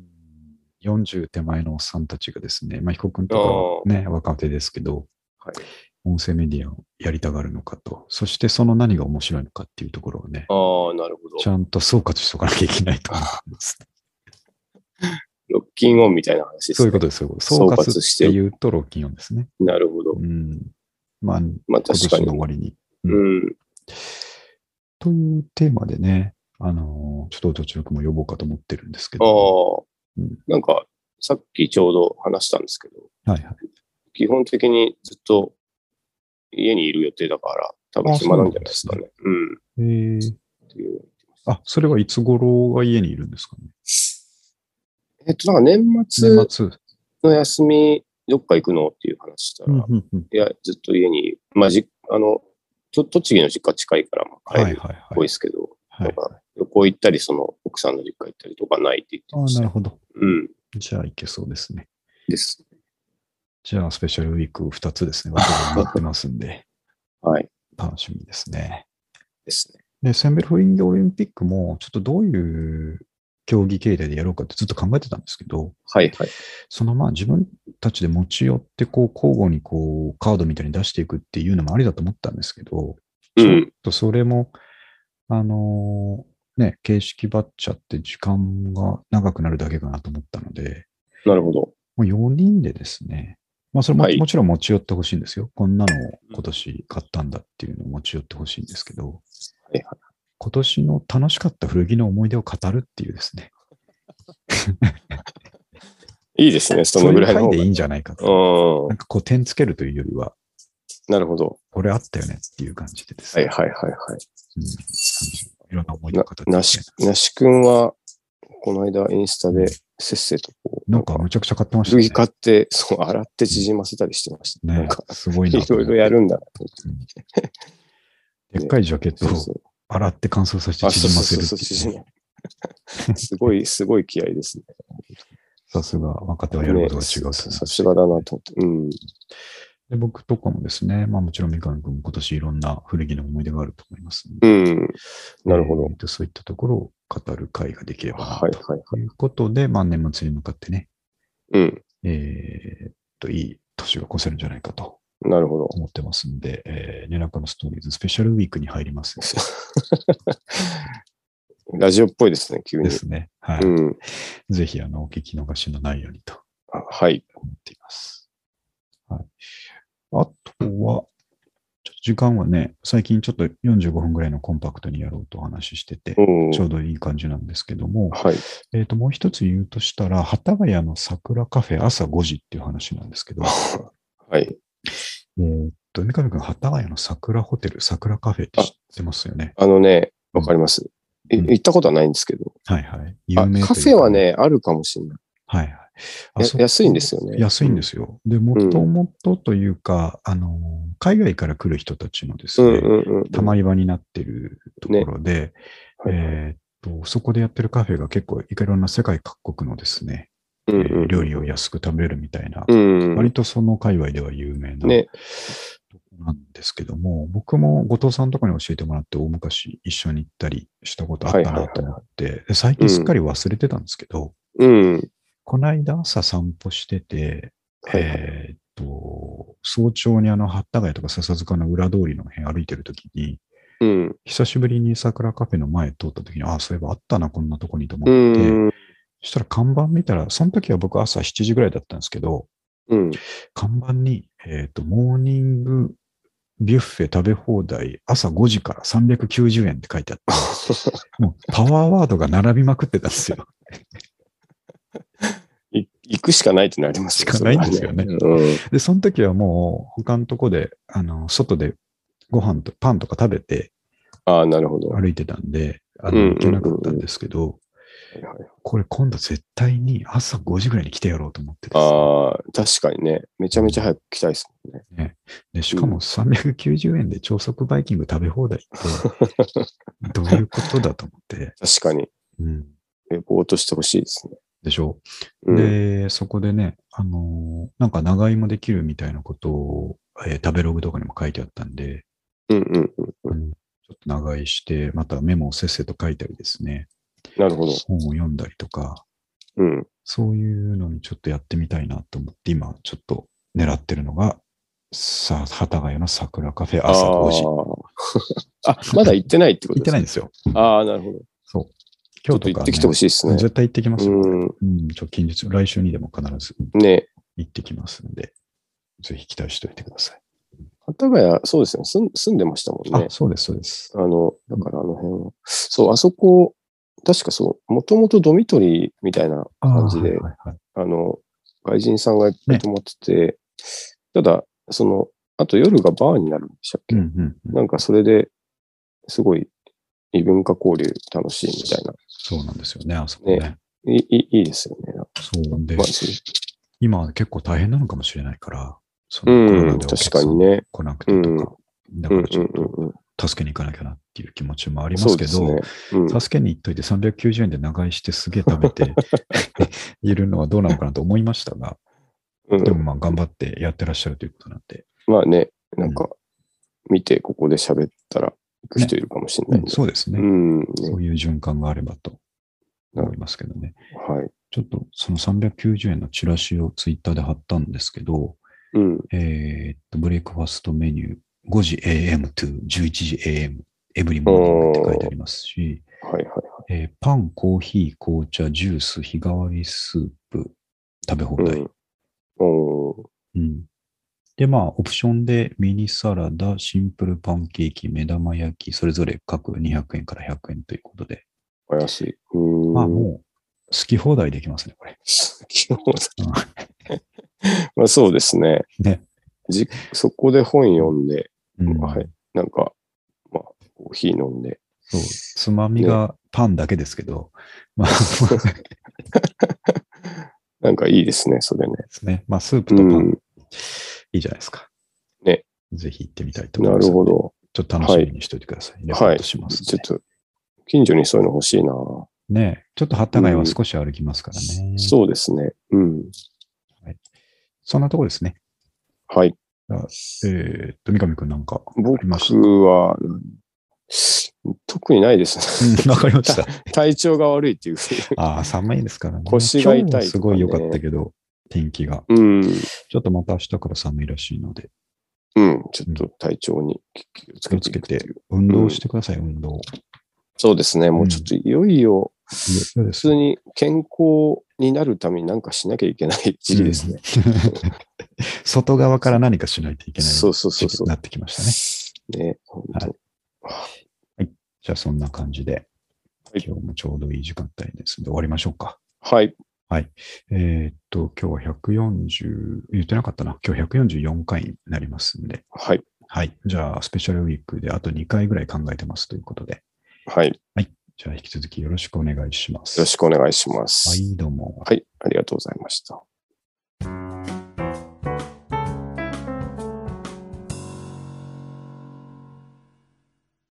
[SPEAKER 2] 40手前のおっさんたちがですね、まあ、被告君とかね、若手ですけど、
[SPEAKER 1] はい
[SPEAKER 2] 音声メディアをやりたがるのかと、そしてその何が面白いのかっていうところをね、
[SPEAKER 1] ああ、なるほ
[SPEAKER 2] ち
[SPEAKER 1] ど。
[SPEAKER 2] ゃんと総括しとかなきゃいけないと思うんです。
[SPEAKER 1] ロッキンオンみたいな話です、ね。
[SPEAKER 2] そういうことです。そういうこと
[SPEAKER 1] 総
[SPEAKER 2] 総
[SPEAKER 1] 括
[SPEAKER 2] 括っ
[SPEAKER 1] して
[SPEAKER 2] ていうと、ロッキンオンですね。
[SPEAKER 1] なるほど
[SPEAKER 2] う。ん。まあ、今
[SPEAKER 1] まあ確
[SPEAKER 2] 年
[SPEAKER 1] か
[SPEAKER 2] の
[SPEAKER 1] に
[SPEAKER 2] 終。わりに。
[SPEAKER 1] うん。
[SPEAKER 2] というテーマでね、あのーちょっと途中も呼ぼうかと思ってるんですけ
[SPEAKER 1] あ
[SPEAKER 2] ど。う
[SPEAKER 1] あ
[SPEAKER 2] ん。
[SPEAKER 1] なんか、さっきちょうど話したんですけど、
[SPEAKER 2] はいはい。
[SPEAKER 1] 基本的にずっと家にいる予定だから、多分暇なんじゃないですかね。うん。
[SPEAKER 2] えー
[SPEAKER 1] っていう
[SPEAKER 2] あ、それはいつ頃が家にいるんですかね。
[SPEAKER 1] えっと、なんか年末
[SPEAKER 2] 年末。
[SPEAKER 1] の休み、どっか行くのっていう話したら、
[SPEAKER 2] うん
[SPEAKER 1] い
[SPEAKER 2] うんうん
[SPEAKER 1] や、ずっと家に、まあ、じあの、と栃木の実家近いから、まあ、
[SPEAKER 2] はい
[SPEAKER 1] 帰
[SPEAKER 2] はい
[SPEAKER 1] るっ
[SPEAKER 2] は
[SPEAKER 1] ぽ
[SPEAKER 2] い
[SPEAKER 1] で
[SPEAKER 2] い。
[SPEAKER 1] すけど、
[SPEAKER 2] はい、
[SPEAKER 1] なんか旅行行ったり、その奥さんの実家行ったりとかないって言って
[SPEAKER 2] ああ
[SPEAKER 1] まし
[SPEAKER 2] ー、な
[SPEAKER 1] た。
[SPEAKER 2] るほど。
[SPEAKER 1] うん。
[SPEAKER 2] じゃあ、いけそうですね。
[SPEAKER 1] です。
[SPEAKER 2] じゃあ、スペシャルウィーク2つですね。私が待ってますんで、
[SPEAKER 1] はい。
[SPEAKER 2] 楽しみですね。
[SPEAKER 1] ですね。
[SPEAKER 2] で、センベルフリンゲオリンピックも、ちょっとどういう競技形態でやろうかってずっと考えてたんですけど、
[SPEAKER 1] はいはい。
[SPEAKER 2] そのまあ自分たちで持ち寄って、こう、交互にこう、カードみたいに出していくっていうのもありだと思ったんですけど、
[SPEAKER 1] う
[SPEAKER 2] ちょ
[SPEAKER 1] ん
[SPEAKER 2] っ。とそれも、あのーね、形式ばっちゃって時間が長くなるだけかなと思ったので、
[SPEAKER 1] なるほど。
[SPEAKER 2] もう4人でですね、まあそれも、
[SPEAKER 1] はい
[SPEAKER 2] もちろん持ち寄ってほしいんですよ。こんなのを今年買ったんだっていうのを持ち寄ってほしいんですけど、
[SPEAKER 1] はいは
[SPEAKER 2] 今年の楽しかった古着の思い出を語るっていうですね、
[SPEAKER 1] い。いいですね、そ
[SPEAKER 2] そう
[SPEAKER 1] の
[SPEAKER 2] い
[SPEAKER 1] ぐ
[SPEAKER 2] う
[SPEAKER 1] らいの
[SPEAKER 2] 回
[SPEAKER 1] 方
[SPEAKER 2] でい
[SPEAKER 1] が。
[SPEAKER 2] いんじゃないかと。
[SPEAKER 1] う
[SPEAKER 2] なんかこう点つけるというよりは、
[SPEAKER 1] ん。なるほど。
[SPEAKER 2] これあったよねっていう感じでです
[SPEAKER 1] は
[SPEAKER 2] ね。
[SPEAKER 1] いはいはいはい。
[SPEAKER 2] うんいろんな思い出
[SPEAKER 1] な
[SPEAKER 2] を語って、
[SPEAKER 1] なし、なし君は、この間インスタでせっせとこう、
[SPEAKER 2] なんかむちゃくちゃ買ってました
[SPEAKER 1] 古着
[SPEAKER 2] ね。
[SPEAKER 1] 買って、そう、洗って縮ませたりしてました。なん
[SPEAKER 2] ね
[SPEAKER 1] か、、
[SPEAKER 2] すごい
[SPEAKER 1] い
[SPEAKER 2] な。
[SPEAKER 1] ろいろやるんだな。
[SPEAKER 2] でっかいジャケット
[SPEAKER 1] そう
[SPEAKER 2] を
[SPEAKER 1] そう。
[SPEAKER 2] 洗って乾燥させて
[SPEAKER 1] あ、そう
[SPEAKER 2] 縮ませ
[SPEAKER 1] そう
[SPEAKER 2] る
[SPEAKER 1] そ
[SPEAKER 2] っ
[SPEAKER 1] う、
[SPEAKER 2] ていう
[SPEAKER 1] 縮
[SPEAKER 2] ね。
[SPEAKER 1] ますごい、すごい気合いで すね。
[SPEAKER 2] さすが若手はやることが違うと思い
[SPEAKER 1] ね
[SPEAKER 2] ます
[SPEAKER 1] さすがだなと思って。うん。
[SPEAKER 2] で僕とかもですね、まあもちろん三上君も今年いろんな古着の思い出があると思いますので、
[SPEAKER 1] うん。なるほ
[SPEAKER 2] え
[SPEAKER 1] ど
[SPEAKER 2] ーとそういったところを語る会ができればな
[SPEAKER 1] はいはいはい。
[SPEAKER 2] ということで、まあ年末に向かってね、
[SPEAKER 1] うん。
[SPEAKER 2] えーっと、いい年が越せるんじゃないかと
[SPEAKER 1] なるほど。
[SPEAKER 2] 思ってますんで、えー、夜中のストーリーズスペシャルウィークに入ります
[SPEAKER 1] ラジオっぽいですね、急に
[SPEAKER 2] で。すね。はい。
[SPEAKER 1] うん。
[SPEAKER 2] ぜひ、あの、お聞き逃しのないようにと
[SPEAKER 1] あはい。
[SPEAKER 2] 思っています。はい。あとは、ちょっと時間はね、最近ちょっと45分ぐらいのコンパクトにやろうとお話ししてて、
[SPEAKER 1] うん。
[SPEAKER 2] ちょうどいい感じなんですけども、
[SPEAKER 1] はい。
[SPEAKER 2] えっ、と、もう一つ言うとしたら、幡ヶ谷の桜カフェ朝5時っていう話なんですけど、
[SPEAKER 1] はい。
[SPEAKER 2] えっと、三上君、幡ヶ谷の桜ホテル、桜カフェって知ってますよね。
[SPEAKER 1] あのね、わかります。い
[SPEAKER 2] うん
[SPEAKER 1] 行ったことはないんですけど。
[SPEAKER 2] はいはい。
[SPEAKER 1] あ
[SPEAKER 2] というか
[SPEAKER 1] カフェは、ね、あるかもしれない。
[SPEAKER 2] はいはい。あ
[SPEAKER 1] や
[SPEAKER 2] そこ
[SPEAKER 1] 安いんですよね。。
[SPEAKER 2] 安いんですすよ。で、もともとというか、あの、海外から来る人たちのです
[SPEAKER 1] う
[SPEAKER 2] ね、
[SPEAKER 1] んうんうん。
[SPEAKER 2] たまり場になってるところで、
[SPEAKER 1] はいはい
[SPEAKER 2] えーっと、そこでやってるカフェが結構いろんな世界各国のですね、
[SPEAKER 1] うん
[SPEAKER 2] えー料理を安く食べるみたいな、
[SPEAKER 1] うん。
[SPEAKER 2] 割とその界隈では有名な、
[SPEAKER 1] ね
[SPEAKER 2] とこなんですけども、僕も後藤さんとかに教えてもらって大昔一緒に行ったりしたことあったなと思って、で最近すっかり忘れてたんですけど、
[SPEAKER 1] うん。
[SPEAKER 2] この間朝散歩してて、
[SPEAKER 1] はいはい
[SPEAKER 2] えーっと、早朝にあの、八田ヶ谷とか笹塚の裏通りの辺歩いてるときに、
[SPEAKER 1] うん。
[SPEAKER 2] 久しぶりに桜カフェの前通ったときに、ああ、そういえばあったな、こんなとこにと思
[SPEAKER 1] う
[SPEAKER 2] って、
[SPEAKER 1] ん。
[SPEAKER 2] そしたら看板見たら、その時は僕朝7時ぐらいだったんですけど、
[SPEAKER 1] うん。
[SPEAKER 2] 看板に、えーっと、モーニングビュッフェ食べ放題、朝5時から390円って書い てあって、もうパワーワードが並びまくってたんですよ。
[SPEAKER 1] い行くしかないってなります
[SPEAKER 2] しかないんですよね
[SPEAKER 1] それはね
[SPEAKER 2] で、その時はもう他のとこで、あの、外でご飯とパンとか食べて
[SPEAKER 1] うんああ、なるほど。はい
[SPEAKER 2] 歩いてたんで、あ
[SPEAKER 1] うんうん
[SPEAKER 2] の、
[SPEAKER 1] うん
[SPEAKER 2] 行けなかったんですけど、
[SPEAKER 1] はい
[SPEAKER 2] これ今度絶対に朝5時ぐらいに来てやろうと思ってですね
[SPEAKER 1] ああ、確かにね。めちゃめちゃ早く来たいですもんね。
[SPEAKER 2] で、しかも390円で朝食バイキング食べ放題 って、どういうことだと思って、
[SPEAKER 1] 確かに。
[SPEAKER 2] うん、
[SPEAKER 1] レポートしてほしいですね。
[SPEAKER 2] でしょ
[SPEAKER 1] うん、
[SPEAKER 2] で、そこでね、あの、なんか長居もできるみたいなことを、えー食べログとかにも書いてあったんで、
[SPEAKER 1] うんうんうん。
[SPEAKER 2] あのちょっと長居して、またメモをせっせと書いたりですね、
[SPEAKER 1] なるほど。
[SPEAKER 2] 本を読んだりとか、
[SPEAKER 1] うん。
[SPEAKER 2] そういうのにちょっとやってみたいなと思って、今ちょっと狙ってるのが、さあ、幡ヶ谷の桜カフェ朝5時。行
[SPEAKER 1] あー あ、まだ行ってないってこと
[SPEAKER 2] ってな
[SPEAKER 1] ですか
[SPEAKER 2] いんですよ。
[SPEAKER 1] ああ、なるほど。
[SPEAKER 2] そう。
[SPEAKER 1] ちょっと行ってきてほ
[SPEAKER 2] し
[SPEAKER 1] しいですね。
[SPEAKER 2] 絶対行ってきますよ。
[SPEAKER 1] う
[SPEAKER 2] うん、ちょ、近日、来週にでも必ず
[SPEAKER 1] ん。ね
[SPEAKER 2] 行ってきますんで、ぜひ期待しておいてください。
[SPEAKER 1] 幡ヶ谷、そうですね。住ん住んでましたもんね
[SPEAKER 2] あ、。そうです、そうです。
[SPEAKER 1] あの、だからあの辺は。そう、あそこ、確かそう、もともとドミトリーみたいな、
[SPEAKER 2] あー
[SPEAKER 1] 感じ
[SPEAKER 2] はい
[SPEAKER 1] で
[SPEAKER 2] はいはい
[SPEAKER 1] あの、外人さんがいっぱい泊まってて、ただ、その、あと夜がバーになるんでしたっ
[SPEAKER 2] う
[SPEAKER 1] け、
[SPEAKER 2] んうんうん。
[SPEAKER 1] なんかそれですごい異文化交流楽しいみたいな。
[SPEAKER 2] そうなんですよね、あそこね。
[SPEAKER 1] いいいいいですよね。なんか
[SPEAKER 2] そうで
[SPEAKER 1] まあ、そう
[SPEAKER 2] 今は結構大変なのかもしれないから、そのコロ
[SPEAKER 1] う
[SPEAKER 2] ナ
[SPEAKER 1] ん、
[SPEAKER 2] でお客
[SPEAKER 1] 確
[SPEAKER 2] さ
[SPEAKER 1] かに
[SPEAKER 2] ん
[SPEAKER 1] ね。
[SPEAKER 2] 来なくてとか、だ
[SPEAKER 1] う
[SPEAKER 2] か
[SPEAKER 1] んう
[SPEAKER 2] ら
[SPEAKER 1] ん
[SPEAKER 2] ちょっと
[SPEAKER 1] うんうん。
[SPEAKER 2] 助けに行かなきゃなっていう気持ちもありま
[SPEAKER 1] そ
[SPEAKER 2] す
[SPEAKER 1] う
[SPEAKER 2] け
[SPEAKER 1] です
[SPEAKER 2] ど、
[SPEAKER 1] ね。うん、
[SPEAKER 2] 助けに行っといて390円で長居してすげえ食べ ているのはどうなのかなと思いましたが、
[SPEAKER 1] うん
[SPEAKER 2] でもまあ頑張ってやってらっしゃるということなんで、
[SPEAKER 1] まあね、なんか、見てここで喋ったら行く人いるかもしれ
[SPEAKER 2] う
[SPEAKER 1] ない
[SPEAKER 2] ん
[SPEAKER 1] んで。
[SPEAKER 2] そうですね。
[SPEAKER 1] うん、ね
[SPEAKER 2] そういう循環があればと思いますけどね。
[SPEAKER 1] はい。
[SPEAKER 2] ちょっとその390円のチラシをツイッターで貼ったんですけど、
[SPEAKER 1] うん。
[SPEAKER 2] えーっと、ブレイクファストメニュー、5時 AM to 11時 AM、エブリモーニングって書いてありますし、
[SPEAKER 1] はいはいはい。
[SPEAKER 2] えーパン、コーヒー、紅茶、ジュース、日替わりスープ、食べ放題。
[SPEAKER 1] うん。おー
[SPEAKER 2] うんで、まあ、オプションでミニサラダ、シンプルパンケーキ、目玉焼き、それぞれ各200円から100円ということで、
[SPEAKER 1] お安い。うーん。
[SPEAKER 2] まあ、もう、好き放題できますね、こ れ。
[SPEAKER 1] 基本 まあそうですね。
[SPEAKER 2] ね。
[SPEAKER 1] じそこで本読んで、
[SPEAKER 2] うん
[SPEAKER 1] はい。なんか、まあ、コーヒー飲んで。
[SPEAKER 2] そう、つまみがパンだけですけど、 まあ、そうで
[SPEAKER 1] なんかいいですね、それね。
[SPEAKER 2] すね。まあ、スープ
[SPEAKER 1] う
[SPEAKER 2] とパン
[SPEAKER 1] ん。、
[SPEAKER 2] いいじゃないですか。
[SPEAKER 1] ね。
[SPEAKER 2] ぜひ行ってみたいと思い
[SPEAKER 1] な
[SPEAKER 2] ます。
[SPEAKER 1] るほ。ど。
[SPEAKER 2] ちょっと楽しみにしておいてください。レポートしますん
[SPEAKER 1] ち
[SPEAKER 2] で、
[SPEAKER 1] ょっと、近所にそういうの欲しいな。
[SPEAKER 2] ね。ちょっと幡ヶ谷は少し歩きますからね。
[SPEAKER 1] そうですね。うん。
[SPEAKER 2] そんなとこですね。
[SPEAKER 1] はい。
[SPEAKER 2] えーっと、三上くんなんかあ
[SPEAKER 1] 僕
[SPEAKER 2] りました。
[SPEAKER 1] は、うん特にないですね。
[SPEAKER 2] うんわかりました。
[SPEAKER 1] 体調が悪いっていうふうに。
[SPEAKER 2] ああ、寒いですからね。
[SPEAKER 1] 腰が痛いと
[SPEAKER 2] 今
[SPEAKER 1] かね
[SPEAKER 2] 日はすごい良かったけど、天気が。
[SPEAKER 1] うん。
[SPEAKER 2] ちょっとまた明日から寒いらしいので、
[SPEAKER 1] うん。ちょっと体調に気を
[SPEAKER 2] 気
[SPEAKER 1] つけ
[SPEAKER 2] を
[SPEAKER 1] て
[SPEAKER 2] つ
[SPEAKER 1] い
[SPEAKER 2] け
[SPEAKER 1] くってい
[SPEAKER 2] て
[SPEAKER 1] う。
[SPEAKER 2] 運動してください、運動。
[SPEAKER 1] そうですね。もうちょっといよいよ、
[SPEAKER 2] そうで
[SPEAKER 1] 普
[SPEAKER 2] す
[SPEAKER 1] 通に健康になるために何かしなきゃいけない時期ですね。
[SPEAKER 2] 外側から何かしないといけない
[SPEAKER 1] そうそうそ
[SPEAKER 2] 時
[SPEAKER 1] う
[SPEAKER 2] 期
[SPEAKER 1] そ
[SPEAKER 2] になってきましたね。
[SPEAKER 1] う。ね、本当、
[SPEAKER 2] じゃあそんな感じで、
[SPEAKER 1] い
[SPEAKER 2] 今日もちょうどいい時間帯ですので終わりましょうか。
[SPEAKER 1] はい。
[SPEAKER 2] えーっと、今日は140、言ってなかったな。今日144回になりますんで。
[SPEAKER 1] はい。
[SPEAKER 2] はい。じゃあ、スペシャルウィークであと2回ぐらい考えてますということで。
[SPEAKER 1] はい。よ
[SPEAKER 2] じゃあ、引き続きよろしくお願いします。
[SPEAKER 1] ろしくお願いします。
[SPEAKER 2] はい、どうも。
[SPEAKER 1] はい。ありがとうございました。